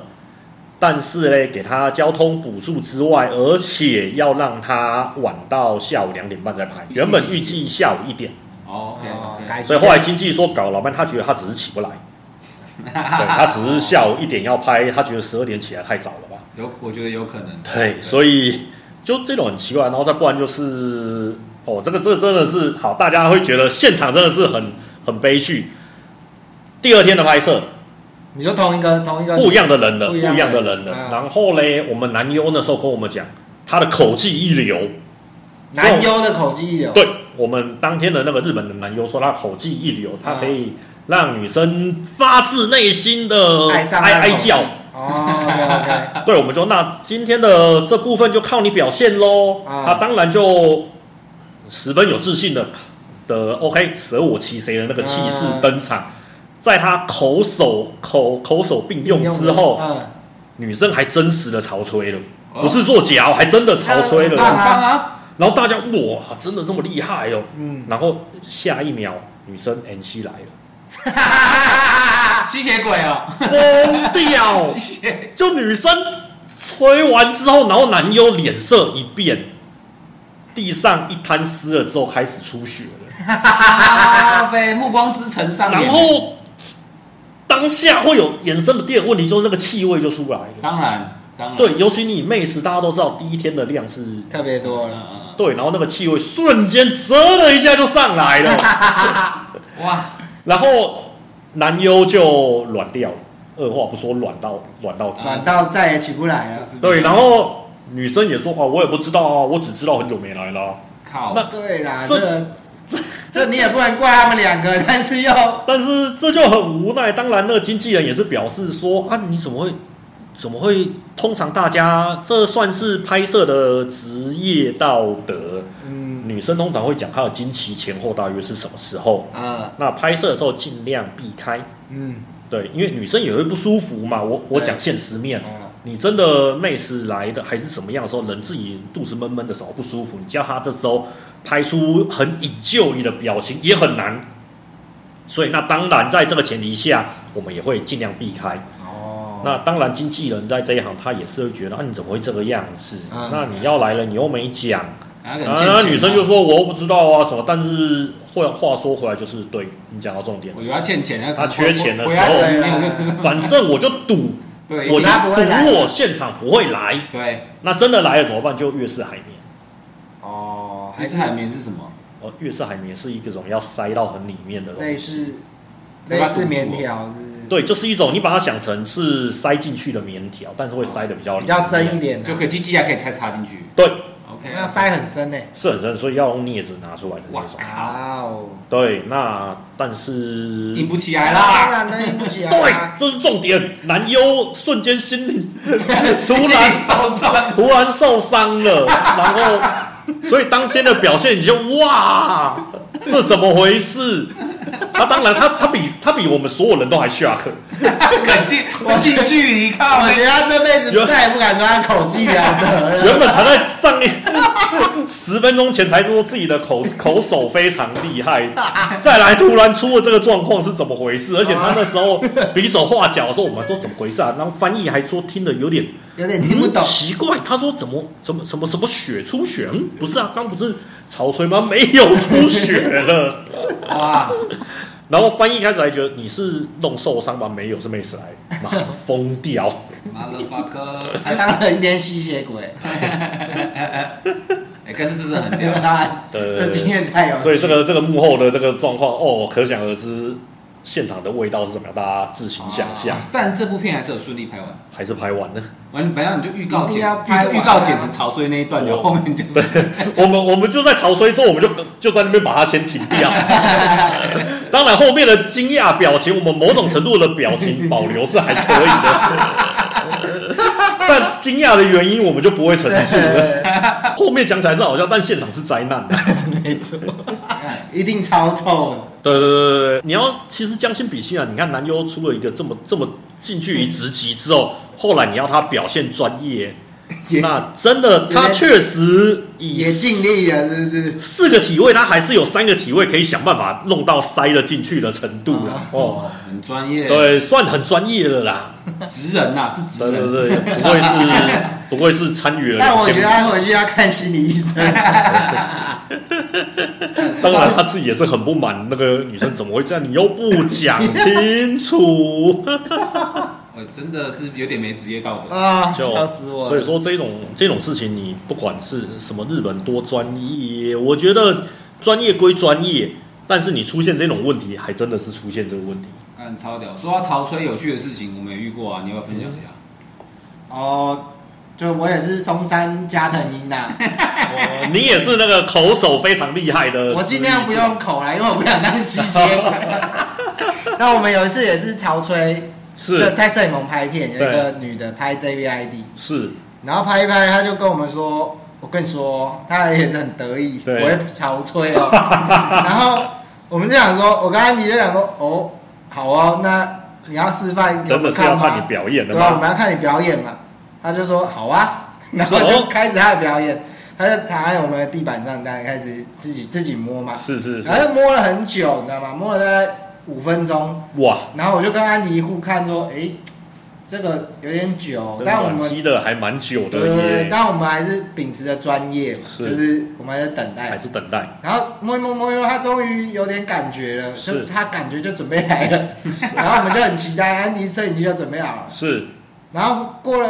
B: 但是嘞，给他交通补助之外，而且要让他晚到下午两点半再拍，原本预计下午一点，
A: 哦
C: 哦
A: ，OK，
C: 改
B: 所以后来经纪说搞了老半，他觉得他只是起不来，对他只是下午一点要拍，他觉得十二点起来太早了吧？
A: 有，我觉得有可能。
B: 对，所以就这种很奇怪，然后再不然就是哦，这个这个真的是好，大家会觉得现场真的是很很悲剧。第二天的拍摄，
C: 你说同一个同一个
B: 不一样的人啊了，不
C: 不
B: 一
C: 一样的
B: 样的人了。
C: 嗯
B: 然后嘞，我们男优那时候跟我们讲，他的口技一流。
C: 男优的口技一流，
B: 对我们当天的那个日本的男优说，他口技一流，他可以让女生发自内心的
C: 爱上
B: 哀
C: 那
B: 哀
C: 口技
B: 呃叫。
C: 哦，OK OK，
B: 对，我们就那今天的这部分就靠你表现喽。
C: 啊
B: 他当然就十分有自信的的 OK，舍我其谁的那个气势
C: 嗯
B: 登场，在他口手口口手并 用之后，
C: 嗯，
B: 女生还真实的潮吹了，
A: 哦
B: 不是作假哦，还真的潮吹
A: 很
C: 对
A: 棒
B: 了。
A: 啊！
B: 然后大家哇，真的这么厉害哦！
C: 嗯
B: 然后下一秒，女生 N 七来了，
A: 吸血鬼哦，
B: 疯掉！
A: 吸血
B: 就女生吹完之后，然后男优脸色一变，地上一滩湿了之后开始出血了，
A: 啊，被暮光之城上演。
B: 然后当下会有衍生的第二个问题，就是那个气味就出来了。
A: 当然，当然，
B: 对，尤其你妹时，大家都知道第一天的量是
C: 特别多
A: 嗯，
C: 了，
A: 嗯
B: 对，然后那个气味瞬间折了一下就上来了，
A: 嗯，哇，
B: 然后男优就软掉了，二话不说软到软到底。
C: 软到再也起不来
A: 这
C: 了。
A: 是
B: 对，然后女生也说啊，我也不知道啊，我只知道很久没来了啊。
A: 靠，
B: 那
C: 对啦，
B: 这
C: 这这这你也不能怪他们两个，但是又
B: 但是这就很无奈。当然，那个经纪人也是表示说啊，你怎么会怎么会？通常大家这算是拍摄的职业道德。
C: 嗯
B: 女生通常会讲她的经期前后大约是什么时候。
C: 啊
B: 那拍摄的时候尽量避开，
C: 嗯
B: 对，因为女生也会不舒服嘛。我我
C: 对
B: 讲现实面，
A: 嗯
C: 啊
B: 你真的妹子来的还是怎么样的时候，人自己肚子闷闷的时候不舒服，你叫她这时候拍出很引咎你的表情也很难。所以那当然在这个前提下，我们也会尽量避开。
C: 哦，
B: 那当然经纪人在这一行他也是会觉得啊你怎么会这个样子？
C: 嗯
B: 那你要来了你又没讲，
A: 然后很
B: 啊
A: 欠
B: 那
A: 钱
B: 女生
A: 嘛
B: 就，说我又不知道啊什么，但是话话说回来就是对你讲到重点
A: 我，觉得他欠钱，
B: 他缺钱的
A: 我
B: 时
A: 要
B: 候，
C: 对啦
B: 反正我就赌，
A: 对，
B: 我就
C: 他不会来
B: 赌我现场不会来。
A: 对，
B: 那真的来了怎么办？就月式海绵。
C: 哦，
A: 还
C: 还
A: 是
C: 是
A: 海绵是什么？
B: 哦，月式海绵是一种要塞到很里面的东
C: 类
B: 西。
C: 似
A: 可
C: 类
A: 怕
C: 似
A: 毒素
C: 棉
A: 哦
C: 条，是不是
B: 对，就是一种你把它想成是塞进去的棉条，但是会塞的比较里
C: 比较深一。点
A: 就
C: 的，
A: 可以机器还可以再插进去。
B: 对，
A: OK，
C: 那塞很深呢。
B: 是很深，所以要用镊子拿出来的那
A: 哇
B: 种。
C: 哇哦，
B: 对，那但是
A: 硬不起来
C: 当
A: 啦，
C: 然那硬不起来
B: 对
C: 啊，，
B: 这是重点。男优瞬间心里 突
A: 机器
B: 然
A: 烧穿，
B: 突然受伤了，然后所以当天的表现你就哇，这怎么回事？他当然他他比他比我们所有人都还 shock。
A: 肯定我近距离靠
C: 我觉得他这辈子再也不敢说他口技了的
B: 原本才在上一 十分钟前才说自己的口口手非常厉害，再来突然出了这个状况是怎么回事？而且他那时候比手画脚的时候，我们说怎么回事啊？然后翻译还说听得有点
C: 有点听不
B: 嗯。
C: 懂
B: 奇怪，他说怎么怎么什么什么血出血？嗯，不是啊，刚不是潮吹吗？ 没有出血了。
A: 啊！
B: 然后翻译开始还觉得你是弄受伤吗？没有，是妹子来，妈的疯掉。
A: 妈的 fuck，
C: 还当了一天吸血鬼，
A: 哎，但是这是很屌
C: 对，吧？
B: 对
C: 这经验太有趣。
B: 所以这个这个幕后的这个状况哦，可想而知，现场的味道是怎么样，大家自行想象。
A: 但这部片还是有顺利拍完。
B: 还是拍完了。
A: 完，本来你就预告
C: 一定
A: 剪
C: 要拍完啊
A: 预告剪成草碎那一段，就后面就是
B: 我们我们就在潮吹之后，我们就就在那边把它先停掉。当然，后面的惊讶表情，我们某种程度的表情保留是还可以的。但惊讶的原因我们就不会陈述了。
C: 对，
B: 后面讲起来是好笑，但现场是灾难的。
C: 没错，一定超臭的。
B: 对对对对对，你要其实将心比心啊，你看男优出了一个这么这么近距离直击之后，后来你要他表现专业，
C: 也
B: 那真的，他确实以
C: 也尽力了，是不是？
B: 四个体位，他还是有三个体位可以想办法弄到塞了进去的程度了。
C: 啊
B: 哦，
A: 很专业，，
B: 对，算很专业的啦。
A: 职人呐、是
B: 对
A: 职
B: 对
A: 人，
B: 对，不会是不会是参与了。
C: 但我觉得，他回去要看心理医生。
B: 当然他自己也是很不满，那个女生怎么会这样？你又不讲清楚，
A: 我哎真的是有点没职业道德。
C: 啊，
B: 就
C: 笑死我了！
B: 所以说这种这种事情，你不管是什么日本多专业，我觉得专业归专业，但是你出现这种问题，还真的是出现这个问题。
A: 看超屌，说到潮吹有趣的事情，我们也遇过啊，你要不要分享一下？
C: 哦，就我也是松山加藤鹰 呐，
B: 哦你也是那个口手非常厉害的，
C: 我尽量不。用口啦，因为我不想当吸血鬼。 那我们有一次也是潮吹，
B: 是
C: 就在摄影棚拍片，有一
B: 对
C: 个女的拍 JVID，
B: 是，
C: 然后拍一拍，她就跟我们说：“我跟你说，她也很得意，我
B: 对
C: 会潮 吹哦。”然后我们就想说，我跟安迪就想说：“哦，好哦，那你要示范给
B: 真
C: 我
B: 的
C: 们
B: 是要
C: 看
B: 看
C: 吗
B: 你？”表演的
C: 对啊，我
B: 吗？
C: 们要看你表演嘛。他就说好 啊，然后就开始他的表演，他就躺在我们的地板上，然开始自己自己摸嘛，
B: 是是是
C: 然，后就摸了很久，你知道吗？摸了大概五分钟，
B: 哇，
C: 然后我就跟安妮互看说，诶，这个有点久，哦但我
B: 那
C: 们
B: 积的还蛮久的
C: 对对对，
B: 耶，
C: 但我们还是秉持着专业嘛，
B: 是
C: 就是我们还在等待
B: 还。是等待。
C: 然后摸一摸摸一摸，他终于有点感觉了，
B: 是
C: 就是他感觉就准备来了，然后我们就很期待，安妮摄影机就准备好了。
B: 是，
C: 然后过了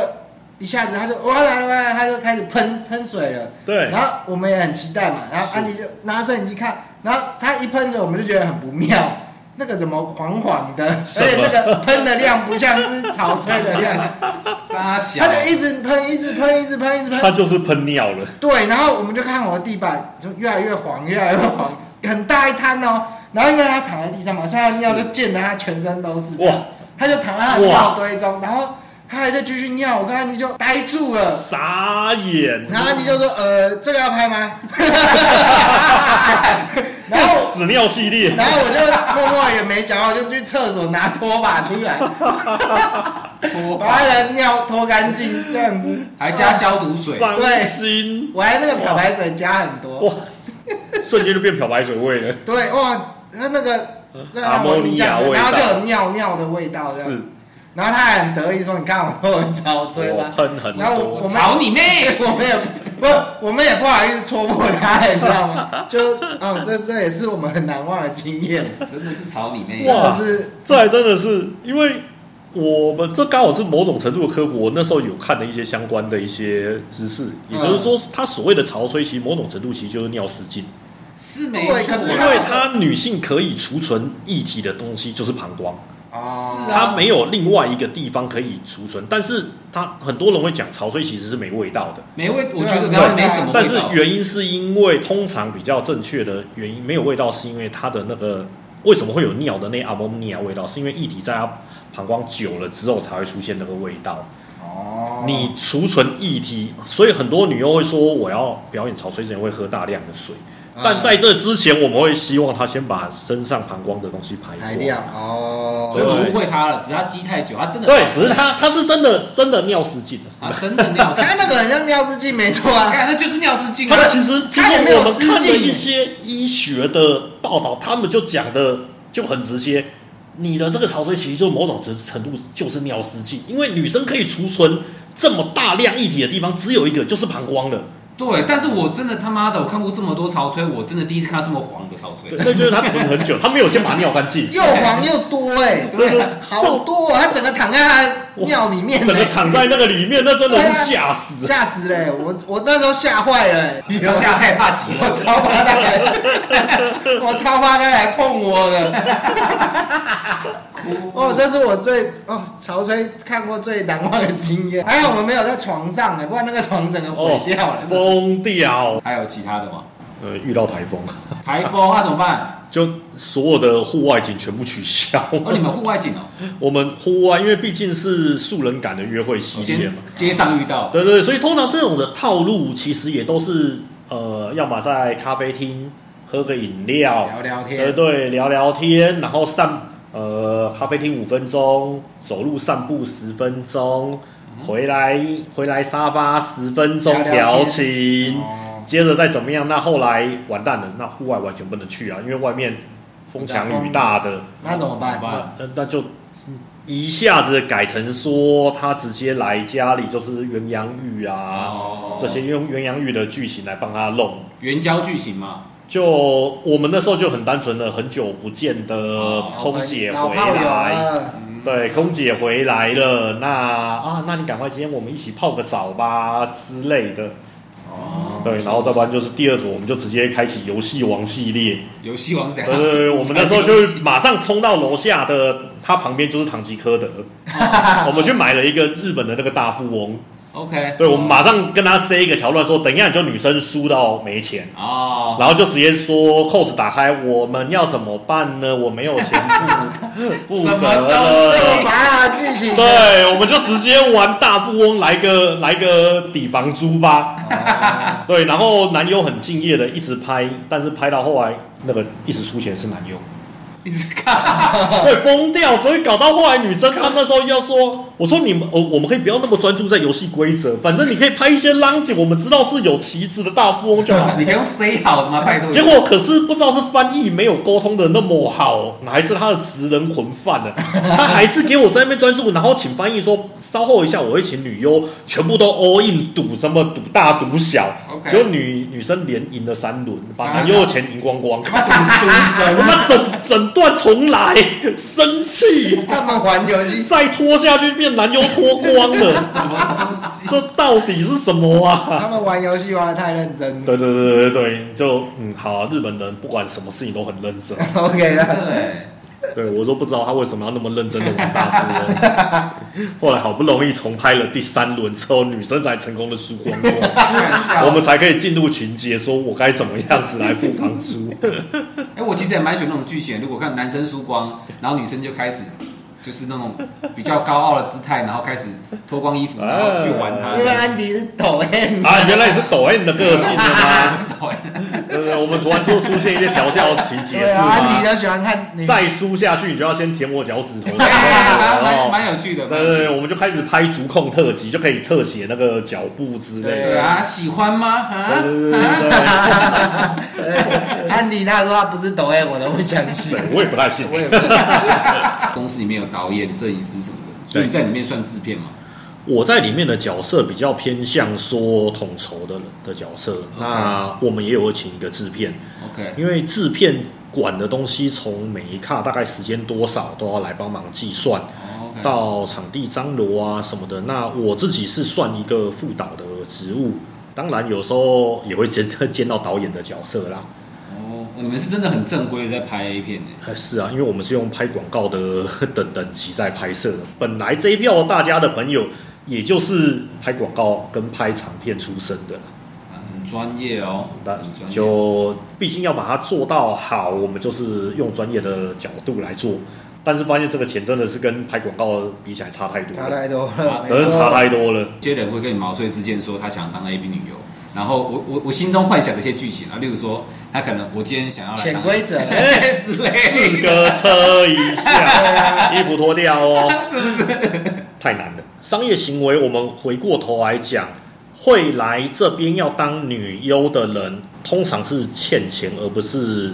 C: 一下子，他就哇来了来了，他就开始喷喷水了。
B: 对
C: 然后我们也很期待嘛，然后
B: 是
C: 安迪就拿摄影机看，然后他一喷水，我们就觉得很不妙，那个怎么黄黄的，而
B: 什么
C: 且那个喷的量不像是潮吹的 量，
A: 沙小
C: 他，就一直喷，一直喷，一直喷，一直
B: 他
C: 喷。
B: 就是喷尿了，
C: 对，然后我们就看我的地板就越来越黄，越来越黄，很大一滩哦。然后因为他躺在地上嘛，所以他的尿就溅得他全身都是。
B: 哇，
C: 他就躺在他的尿堆中，然后他还在继续尿，我跟安妮就呆住了，
B: 傻眼，
C: 然后安妮就说：“呃，这个要拍吗？” 然后，
B: 屎尿系列
C: 然，后我就默默也没讲话，我就去厕所拿拖把出来，
A: 拖
C: 把他的尿拖干净，这样子。
A: 还加消毒水，
B: 伤
C: 对
B: 心，
C: 我还那个漂白水加很
B: 哇
C: 多，，
B: 瞬间就变漂白水味了，
C: 对哇，他那个这让我印象
B: 呃阿莫尼亚味
C: 深，
B: 道
C: 然后就有尿尿的味道这样
B: 是
C: 子。，然后他还很得意说：“你看我说我很潮吹吧
B: 我？”喷很
C: 然后我
B: 多，
C: 我们
A: 吵你妹！
C: 我们也不，我们也不好意思戳破他，你知 道吗？就哦，这这也是我们很难忘的经验，
A: 真的是吵你妹！
B: 哇
C: 真的是
B: 这还真的是因为我们这刚好是某种程度的科普，我那时候有看的一些相关的一些知识，也就是
C: 嗯
B: 说，它所谓的潮吹，其实某种程度其实就是尿失禁，
A: 是没
C: 对
A: 错
C: 可是
B: 因
A: 啦，
B: 为它女性可以储存液体的东西就是膀胱，
C: 哦，
A: 是啊
B: 它没有另外一个地方可以储存，但是它很多人会讲潮吹其实是没味道的。
A: 没味，我
C: 对啊
A: 觉得
C: 对
A: 没
C: 啊
A: 没什么味道。
B: 但是原因是因为通常比较正确的原因没有味道，是因为它的那个为什么会有尿的那阿莫尼亚味道，是因为液体在它膀胱久了之后才会出现那个味道。
C: 哦，
B: 你储存液体，所以很多女优会说我要表演潮水之前会喝大量的水，
C: 嗯
B: 但在这之前我们会希望她先把身上膀胱的东西排
C: 排
B: 掉。
C: 掉哦，
A: 所以我误会他了，只是他积太久，他真的
B: 对，只是她她是真的真的尿失禁了。
A: 啊，真的 尿失
C: 他那个很像尿失禁，没错啊，
A: 干那就是尿失禁啊
B: 他！其实其实
C: 他也没有
B: 我们看
C: 失
B: 的
C: 禁
B: 一些医学的报道，他们就讲的就很直接，你的这个潮吹其实就某种程程度就是尿失禁，因为女生可以储存这么大量液体的地方只有一个，就是膀胱了。
A: 对，但是我真的他妈的，我看过这么多潮吹，我真的第一次看到这么黄的潮吹
B: 对，。那就是她存很久，她没有先把它尿干净，
C: 又黄又多哎，
B: 对啊
A: 啊
B: 对，
C: 好多哦，他整个躺在他的尿里面哎
B: 这
C: 呢，
B: 整个躺在那个里面，那真的是吓死。
C: 吓死嘞，我我那时候吓坏了，
A: 你当下害怕极
C: 我
A: 了，
C: 超怕他来， 我超怕他来碰我的。哦，这是我最哦潮吹看过最难忘的经验。还好我们没有在床上欸呢，不然那个床整个
B: 哦
C: 毁掉了。，
B: 疯掉！
A: 还有其他的吗？
B: 呃，遇到台风，
A: 台风啊那怎么办？
B: 就所有的户外景全部取消。
A: 哦，你们户外景哦，
B: 我们户外，因为毕竟是素人感的约会系
A: 我
B: 列
A: 先
B: 嘛，
A: 街上遇到，
B: 对对对，所以通常这种的套路其实也都是呃，要么在咖啡厅喝个饮料，
C: 聊聊天
B: 对对，聊聊天，然后散呃，咖啡厅五分钟，走路散步十分钟，回来回来沙发十分钟
C: 嗯聊
B: 调
C: 聊天
B: 情，
C: 哦
B: 接着再怎么样，那后来完蛋了，那户外完全不能去啊，因为外面风
C: 啊
B: 强雨大的，
C: 那怎么办
A: 怎？么办
B: 啊那那就嗯一下子改成说他直接来家里就是鸳鸯浴啊，
A: 哦
B: 这些用鸳鸯浴的剧情来帮他弄。
A: 援交剧情嘛，
B: 就我们那时候就很单纯的，很久不见的
A: 哦啊
B: 空姐
C: 老
B: 回
C: 炮友啊
B: 来，
C: 了，
B: 对，空姐回来了，那啊，那你赶快今天我们一起泡个澡吧之类的。
A: 哦，
B: 对，然后再不然就是第二个，我们就直接开启游戏王系列。
A: 游戏王是怎
B: 对
A: 样？
B: 对对，我们那时候就马上冲到楼下的，他旁边就是唐吉诃 德，我们去买了一个日本的那个大富翁。
A: OK，
B: 对，我们马上跟他 say 一个桥段，说等一下你就女生输到没钱。
A: 哦，
B: 然后就直接说扣子打开，我们要怎么办呢？我没有钱付负
A: 什
B: 责
A: 么东
C: 这
A: 西
B: 了
C: 么。麻辣剧 情，
B: 对，我们就直接玩大富翁，来个来个底房租吧。
A: 啊
B: 对，然后男友很敬业的一直拍，但是拍到后来那个一直输钱是男友，
A: 一直看，
B: 会疯掉，所以搞到后来女生她那时候要说，我说你们哦我我们可以不要那么专注在游戏规则，反正你可以拍一些浪景，我们知道是有棋子的大富翁就好。
A: 你可以用 C 好的吗？拜托，
B: 啊结果可是不知道是翻译没有沟通的那么好，还是他的职能混饭了，他还是给我在那边专注，然后请翻译说稍后一下我会请女优全部都 all in 赌什么赌大赌小
A: OK
B: 结果女女生连赢了三轮，把
C: 三
B: 男优的钱赢光光，
A: 赌神
B: 我们整整段重来，生气，
C: 他们玩游戏
B: 再拖下去变男优脱光 了，
A: 什么东西？
B: 这到底是什么啊？
C: 他们玩游戏玩的太认真了
B: 对对对对对，就嗯好啊、日本人不管什么事情都很认真。
C: ，OK 了，
A: 对，
B: 对，我都不知道他为什么要那么认真的玩大富翁。后来好不容易重拍了第三轮之后，女生才成功的输光 光，我们才可以进入情节，说我该怎么样子来付房租。
A: 哎，我其实也蛮喜欢那种剧情，如果看男生输光，然后女生就开始就是那种比较高傲的姿态，然后开始脱光衣服，然后去玩他。
C: 因为安迪是抖 M，
B: 啊，原来你是抖 M 的个性的
A: 啊，不
B: 吗？
A: 是抖 M，
B: 对对，我们突然就出现一些调教情节
C: 对
B: 是
C: 啊，安迪
B: 吗？
C: 就喜欢看你
B: 再输下去，你就要先舔我脚趾头。
A: 蛮哎蛮
B: 哦
A: 蛮有趣的。
B: 对对对，我们就开始拍足控特辑，就可以特写那个脚步之类的。
A: 对啊，喜欢吗？啊
B: 对对对对对。
C: 安迪他说他不是抖 M，我都不相信
B: 对，。我也不太信。
C: 我也不知道
A: 啊公司里面有导演、摄影师什么的，所以你在里面算制片嘛？
B: 我在里面的角色比较偏向说统筹的的角色。那我们也有请一个制片，
A: OK，
B: 因为制片管的东西从每一卡大概时间多少都要来帮忙计算，
A: 哦，OK，
B: 到场地张罗啊什么的。那我自己是算一个副导的职务。当然，有时候也会兼兼到导演的角色啦。
A: 哦，你们是真的很正规的在拍 A 片呢。
B: 呃，是啊，因为我们是用拍广告的等等级在拍摄的。本来这一票大家的朋友，也就是拍广告跟拍长片出身的啦，
A: 啊很专业哦，
B: 但
A: 很专业
B: 就毕竟要把它做到好，我们就是用专业的角度来做。但是发现这个钱真的是跟拍广告比起来差太多
C: 差
B: 了，
C: 太多
A: 啊
C: 了，没
B: 真的
C: 错
B: 差太多了。
A: 有些人会跟你毛遂自荐说他想要当 A B 女优，然后我我我心中幻想的一些剧情啊，例如说他可能我今天想要来
C: 潜
A: 当
C: 规则啊
A: 哎之
B: 四
A: 类的，
B: 哥车一下，衣服脱掉哦。
A: 是不是？
B: 太难了。商业行为，我们回过头来讲，会来这边要当女优的人，通常是欠钱，而不是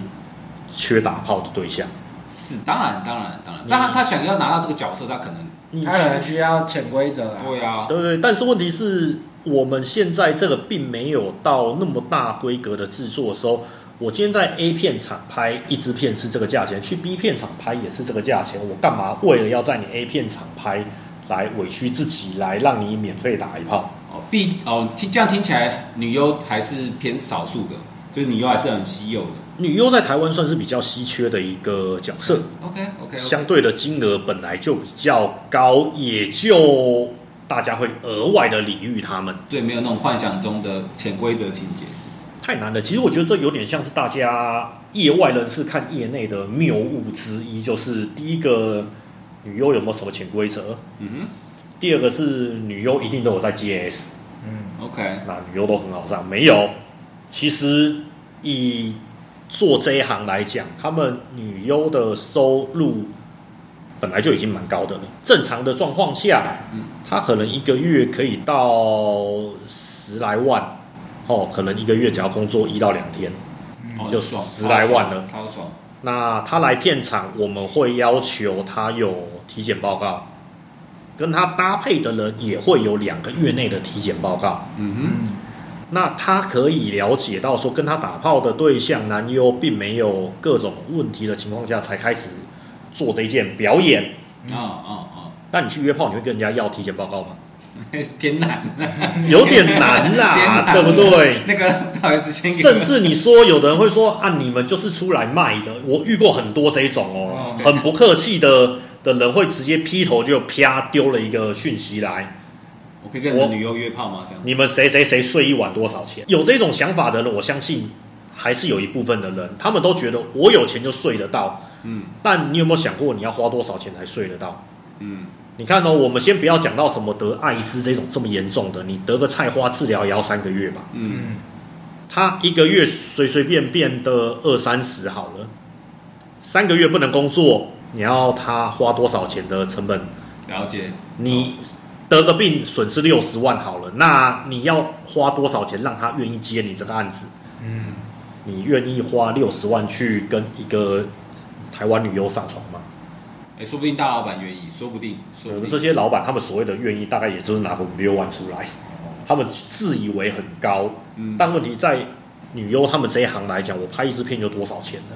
B: 缺打炮的对象。
A: 是当然当然当然，但他他想要拿到这个角色，他可能
B: 你
C: 他可能需要潜规则啊。
A: 对啊，
B: 对不对？但是问题是我们现在这个并没有到那么大规格的制作的时候。我今天在 A 片厂拍一支片是这个价钱，去 B 片厂拍也是这个价钱，我干嘛为了要在你 A 片厂拍来委屈自己，来让你免费打一炮？
A: 哦，毕哦听这样听起来，女优还是偏少数的，就是女优还是很稀有的。
B: 女优在台湾算是比较稀缺的一个角色，
A: OK OK，
B: 相对的金额本来就比较高，也就大家会额外的礼遇他们，
A: 所以没有那种幻想中的潜规则情节。
B: 太难了。其实我觉得这有点像是大家业外人士看业内的谬误之一，就是第一个女优有没有什么潜规则，
A: 嗯
B: 第二个是女优一定都有在接 S，
C: 嗯，
A: 哼，OK，
B: 那女优都很好上，没有。其实以做这一行来讲，他们女优的收入本来就已经蛮高的了。正常的状况下，他可能一个月可以到十来万，哦，可能一个月只要工作一到两天。
A: 哦
B: 就
A: 爽，
B: 十来万了
A: 超爽超爽。
B: 那他来片场，我们会要求他有体检报告，跟他搭配的人也会有两个月内的体检报告。
A: 嗯
C: 嗯，
B: 那他可以了解到说，跟他打炮的对象男优并没有各种问题的情况下，才开始做这件表演。
A: 哼，啊啊啊，
B: 那你去约炮，你会跟人家要体检报告吗？
A: 偏难，
B: 有点难
A: 偏
B: 啦，
A: 难
B: 对不对？
A: 那个不好意思， 先给
B: 甚至你说有的人会说啊，你们就是出来卖的，我遇过很多这一种哦，很不客气的的人会直接劈头就啪丢了一个讯息来，
A: 我可以跟你
B: 我
A: 们女优约炮吗？这样
B: 你们谁谁谁睡一晚多少钱？有这种想法的人，我相信还是有一部分的人，他们都觉得我有钱就睡得到，
A: 嗯
B: 但你有没有想过你要花多少钱才睡得到？
A: 嗯，
B: 你看哦，我们先不要讲到什么得艾斯这种这么严重的，你得个菜花治疗也要三个月吧？
A: 嗯，
B: 他一个月随随便便的二三十好了，三个月不能工作，你要他花多少钱的成本？
A: 嗯了解。
B: 你得个病损失六十万好了，那你要花多少钱让他愿意接你这个案子？
C: 嗯，
B: 你愿意花六十万去跟一个台湾女优上床吗？
A: 哎，说不定大老板愿意，说不定，说
B: 我
A: 不
B: 们
A: 定
B: 这些老板他们所谓的愿意，大概也就是拿个五六万出来，他们自以为很高，
A: 嗯
B: 但问题在女优他们这一行来讲，我拍一支片就多少钱呢？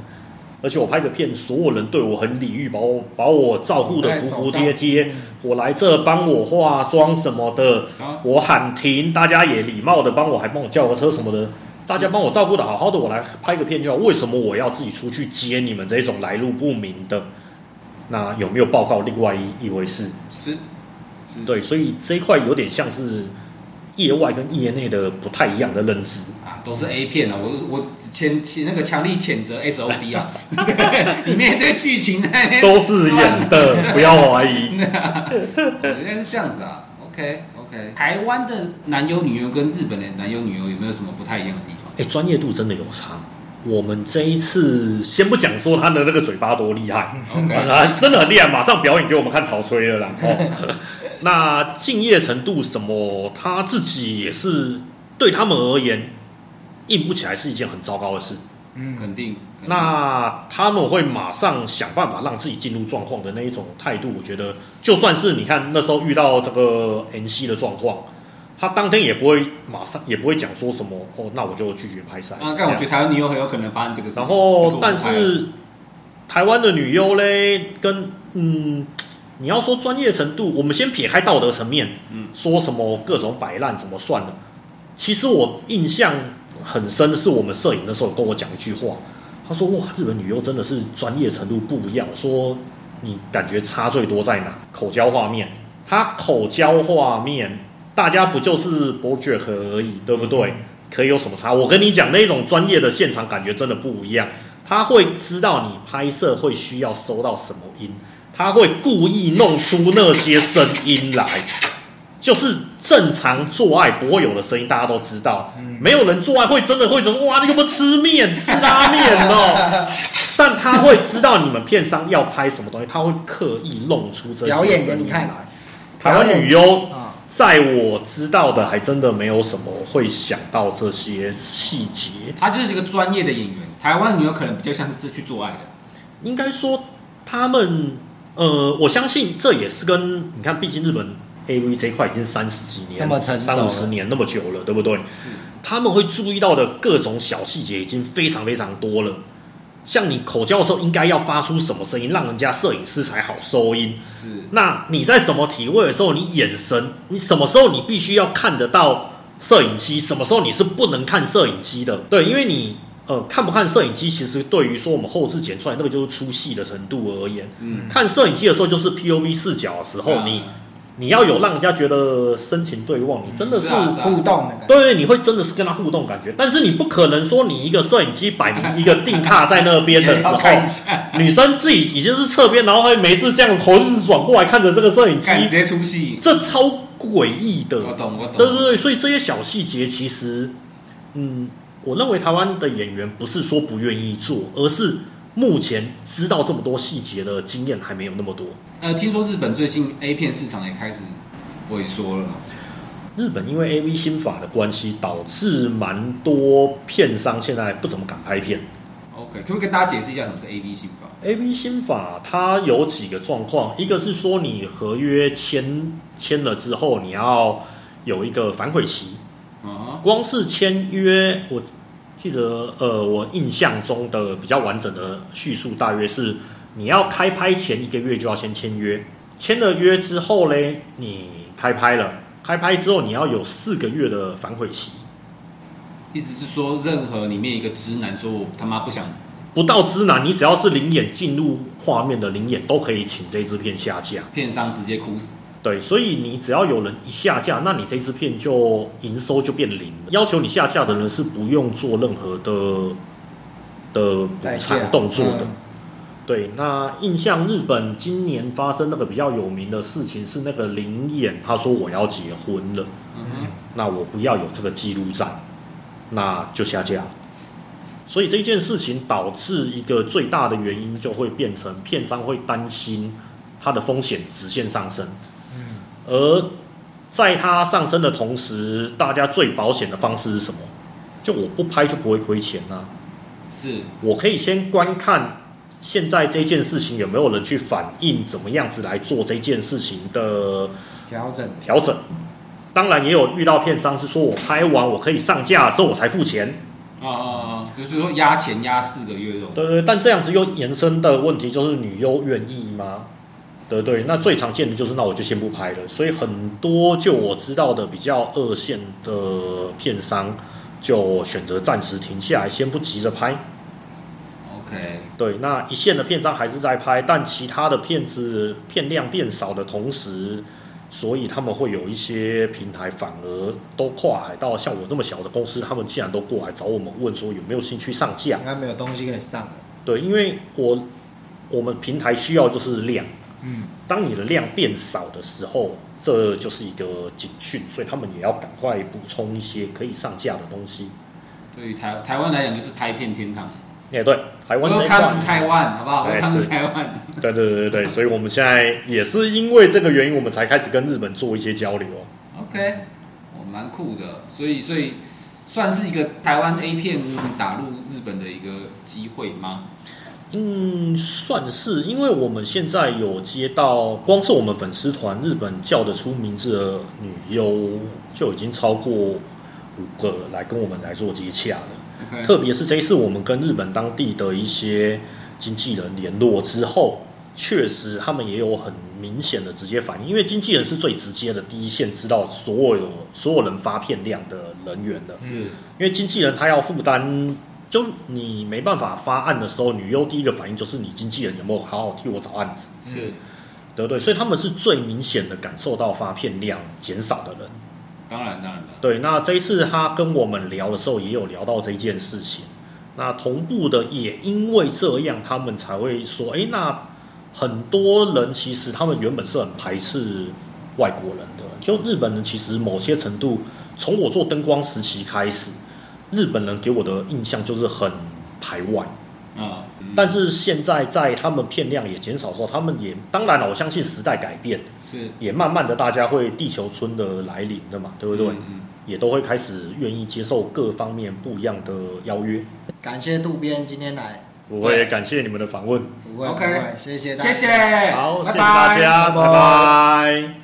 B: 而且我拍个片，所有人对我很礼遇，把我把我照顾的服服帖帖，我来这帮我化妆什么的
A: 啊，
B: 我喊停，大家也礼貌的帮我，还帮我叫个车什么的，大家帮我照顾的好好的，我来拍个片就好。为什么我要自己出去接你们这种来路不明的？那有没有报告？另外一一回事。
A: 是是，
B: 对，所以这一块有点像是业外跟业内的不太一样的认知。
A: 啊，都是 A 片啊！我我前前那个强力谴责 SOD 啊， 里面一堆剧情在那边
B: 都是演的，不要怀疑。
A: 原来是这样子啊。OK OK，台湾的男优女优跟日本的男优女优有没有什么不太一样的地方？
B: 哎、专业度真的有差。我们这一次先不讲说他的那个嘴巴多厉害
A: OK
B: 啊，真的很厉害，马上表演给我们看潮吹了啦。哦，那敬业程度什么，他自己也是对他们而言，硬不起来是一件很糟糕的事。
C: 嗯
A: 肯定。肯定
B: 那他们会马上想办法让自己进入状况的那一种态度，我觉得就算是你看那时候遇到这个 NC 的状况，他当天也不会马上也不会讲说什么哦，那我就拒绝拍摄。
A: 啊，但我觉得台湾女优很有可能发生这个事情。
B: 然
A: 就是
B: 后
A: 我
B: 但
A: 不拍了
B: 是台湾的女优嘞，跟嗯，你要说专业程度，我们先撇开道德层面，
A: 嗯，
B: 说什么各种摆烂什么算了。其实我印象很深的是，我们摄影的时候跟我讲一句话，他说：“哇，日本女优真的是专业程度不一样。”我说你感觉差最多在哪？口交画面，他口交画面，大家不就是 BoJack 而已，对不对？可以有什么差？我跟你讲，那种专业的现场感觉真的不一样。他会知道你拍摄会需要收到什么音，他会故意弄出那些声音来，就是正常做爱不会有的声音，大家都知道。没有人做爱会真的会说哇，你有没有吃面吃拉面 哦？但他会知道你们片商要拍什么东西，他会刻意弄出这些
C: 表演给
B: 声
C: 你
B: 音来
C: 看
B: 台湾女优
C: 啊，
B: 在我知道的，还真的没有什么会想到这些细节。
A: 她就是一个专业的演员，台湾女优可能比较像是自去做爱的，
B: 应该说，他们呃，我相信这也是跟你看，毕竟日本 A V 这一块已经三十几年，
C: 这么成熟了
B: 三五十年那么久了，对不对？
A: 是
B: 他们会注意到的各种小细节已经非常非常多了。像你口交的时候，应该要发出什么声音，让人家摄影师才好收音。
A: 是
B: 那你在什么体位的时候，你眼神，你什么时候你必须要看得到摄影机，什么时候你是不能看摄影机的？对，因为你呃看不看摄影机，其实对于说我们后置剪出来那个就是出戏的程度而言，
A: 嗯，
B: 看摄影机的时候就是 POV 视角的时候，你
A: 啊
B: 你要有让人家觉得深情对望，你真的是
A: 是。啊是啊
C: 互动的感觉，
B: 对，你会真的是跟他互动感觉，但是你不可能说你一个摄影机摆明一个定卡在那边的时 候
A: 嗯要，看一下，
B: 女生自己已经是侧边，然后还没事这样头是转过来看着这个摄影机
A: 看，直接出戏。
B: 这超诡异的，
A: 我懂我懂
B: 对对对，所以这些小细节其实，嗯，我认为台湾的演员不是说不愿意做，而是目前知道这么多细节的经验还没有那么多。
A: 呃，听说日本最近 A 片市场也开始萎缩了，
B: 日本因为 A V 新法的关系，导致蛮多片商现在不怎么敢拍片。
A: OK，可不可以跟大家解释一下什么是 A B 刑法？
B: A B 新法它有几个状况，一个是说你合约签签了之后，你要有一个反悔期。
A: 啊
B: 光是签约，我记得呃，我印象中的比较完整的叙述大约是，你要开拍前一个月就要先签约，签了约之后嘞，你开拍了，开拍之后你要有四个月的反悔期。
A: 哈，意思是说，任何里面一个直男说我他妈不想，
B: 不到之男，你只要是零眼进入画面的零眼，都可以请这支片下架。
A: 片商直接哭死。
B: 对，所以你只要有人一下架，那你这支片就营收就变零了。要求你下架的人是不用做任何的的
C: 代
B: 补
C: 谢啊
B: 偿动作的。
C: 嗯
B: 对，那印象日本今年发生那个比较有名的事情是那个林演，他说我要结婚了，
A: 嗯
B: 那我不要有这个记录在，那就下架。所以这件事情导致一个最大的原因，就会变成片商会担心它的风险直线上升，而在它上升的同时，大家最保险的方式是什么？就我不拍就不会亏钱
A: 哼，
B: 啊，
A: 是
B: 我可以先观看现在这件事情有没有人去反映，怎么样子来做这件事情的
C: 调整
B: 调整。当然也有遇到片商是说我拍完我可以上架的时候我才付钱，
A: 啊啊啊，就是说压钱压四个月这种。
B: 对对，对但这样子又延伸的问题就是女优愿意吗？对对，那最常见的就是那我就先不拍了，所以很多就我知道的比较二线的片商就选择暂时停下来，先不急着拍。
A: OK，
B: 对，那一线的片商还是在拍，但其他的片子片量变少的同时，所以他们会有一些平台反而都跨海到像我这么小的公司，他们竟然都过来找我们问说有没有兴趣上架
C: 应。该没有东西可以上了。
B: 对，因为我我们平台需要就是量，
C: 嗯，
B: 当你的量变少的时候，这就是一个警讯，所以他们也要赶快补充一些可以上架的东西。
A: 对于台台湾来讲就是拍片天堂。
B: 也哎对，台湾这一
A: Welcome
B: 块
A: to，Taiwan，好不好
B: 对
A: ？Welcome
B: 是
A: to Taiwan。
B: 对对对对对，所以我们现在也是因为这个原因，我们才开始跟日本做一些交流。 啊
A: OK，我蛮酷的，所以所以算是一个台湾 A 片打入日本的一个机会吗？
B: 嗯，算是，因为我们现在有接到，光是我们粉丝团日本叫得出名字的女优就已经超过五个来跟我们来做接洽了。
A: OK，
B: 特别是这一次我们跟日本当地的一些经纪人联络之后，确实他们也有很明显的直接反应，因为经纪人是最直接的第一线知道所有所有人发片量的人员的，
A: 是
B: 因为经纪人他要负担。就你没办法发案的时候，女优第一个反应就是你经纪人有没有好好替我找案子，
A: 是，
B: 对不对？所以他们是最明显的感受到发片量减少的人。
A: 当然当然的，
B: 对，那这一次他跟我们聊的时候，也有聊到这件事情。那同步的也因为这样，他们才会说，诶，那很多人其实他们原本是很排斥外国人的，就日本人其实某些程度，从我做灯光时期开始，日本人给我的印象就是很排外。
A: 嗯，
B: 但是现在在他们片量也减少的时候，他们也当然了，我相信时代改变，
A: 是
B: 也慢慢的大家会地球村的来临的嘛，对不对？
A: 嗯嗯
B: 也都会开始愿意接受各方面不一样的邀约。
C: 感谢渡边今天来，
B: 我也感谢你们的访问，
C: 不会不
A: OK
C: 会，谢谢大家，
A: 谢谢，
B: 好，谢
A: 拜
B: 谢大
A: 拜
B: 家，拜
C: 拜
B: 拜。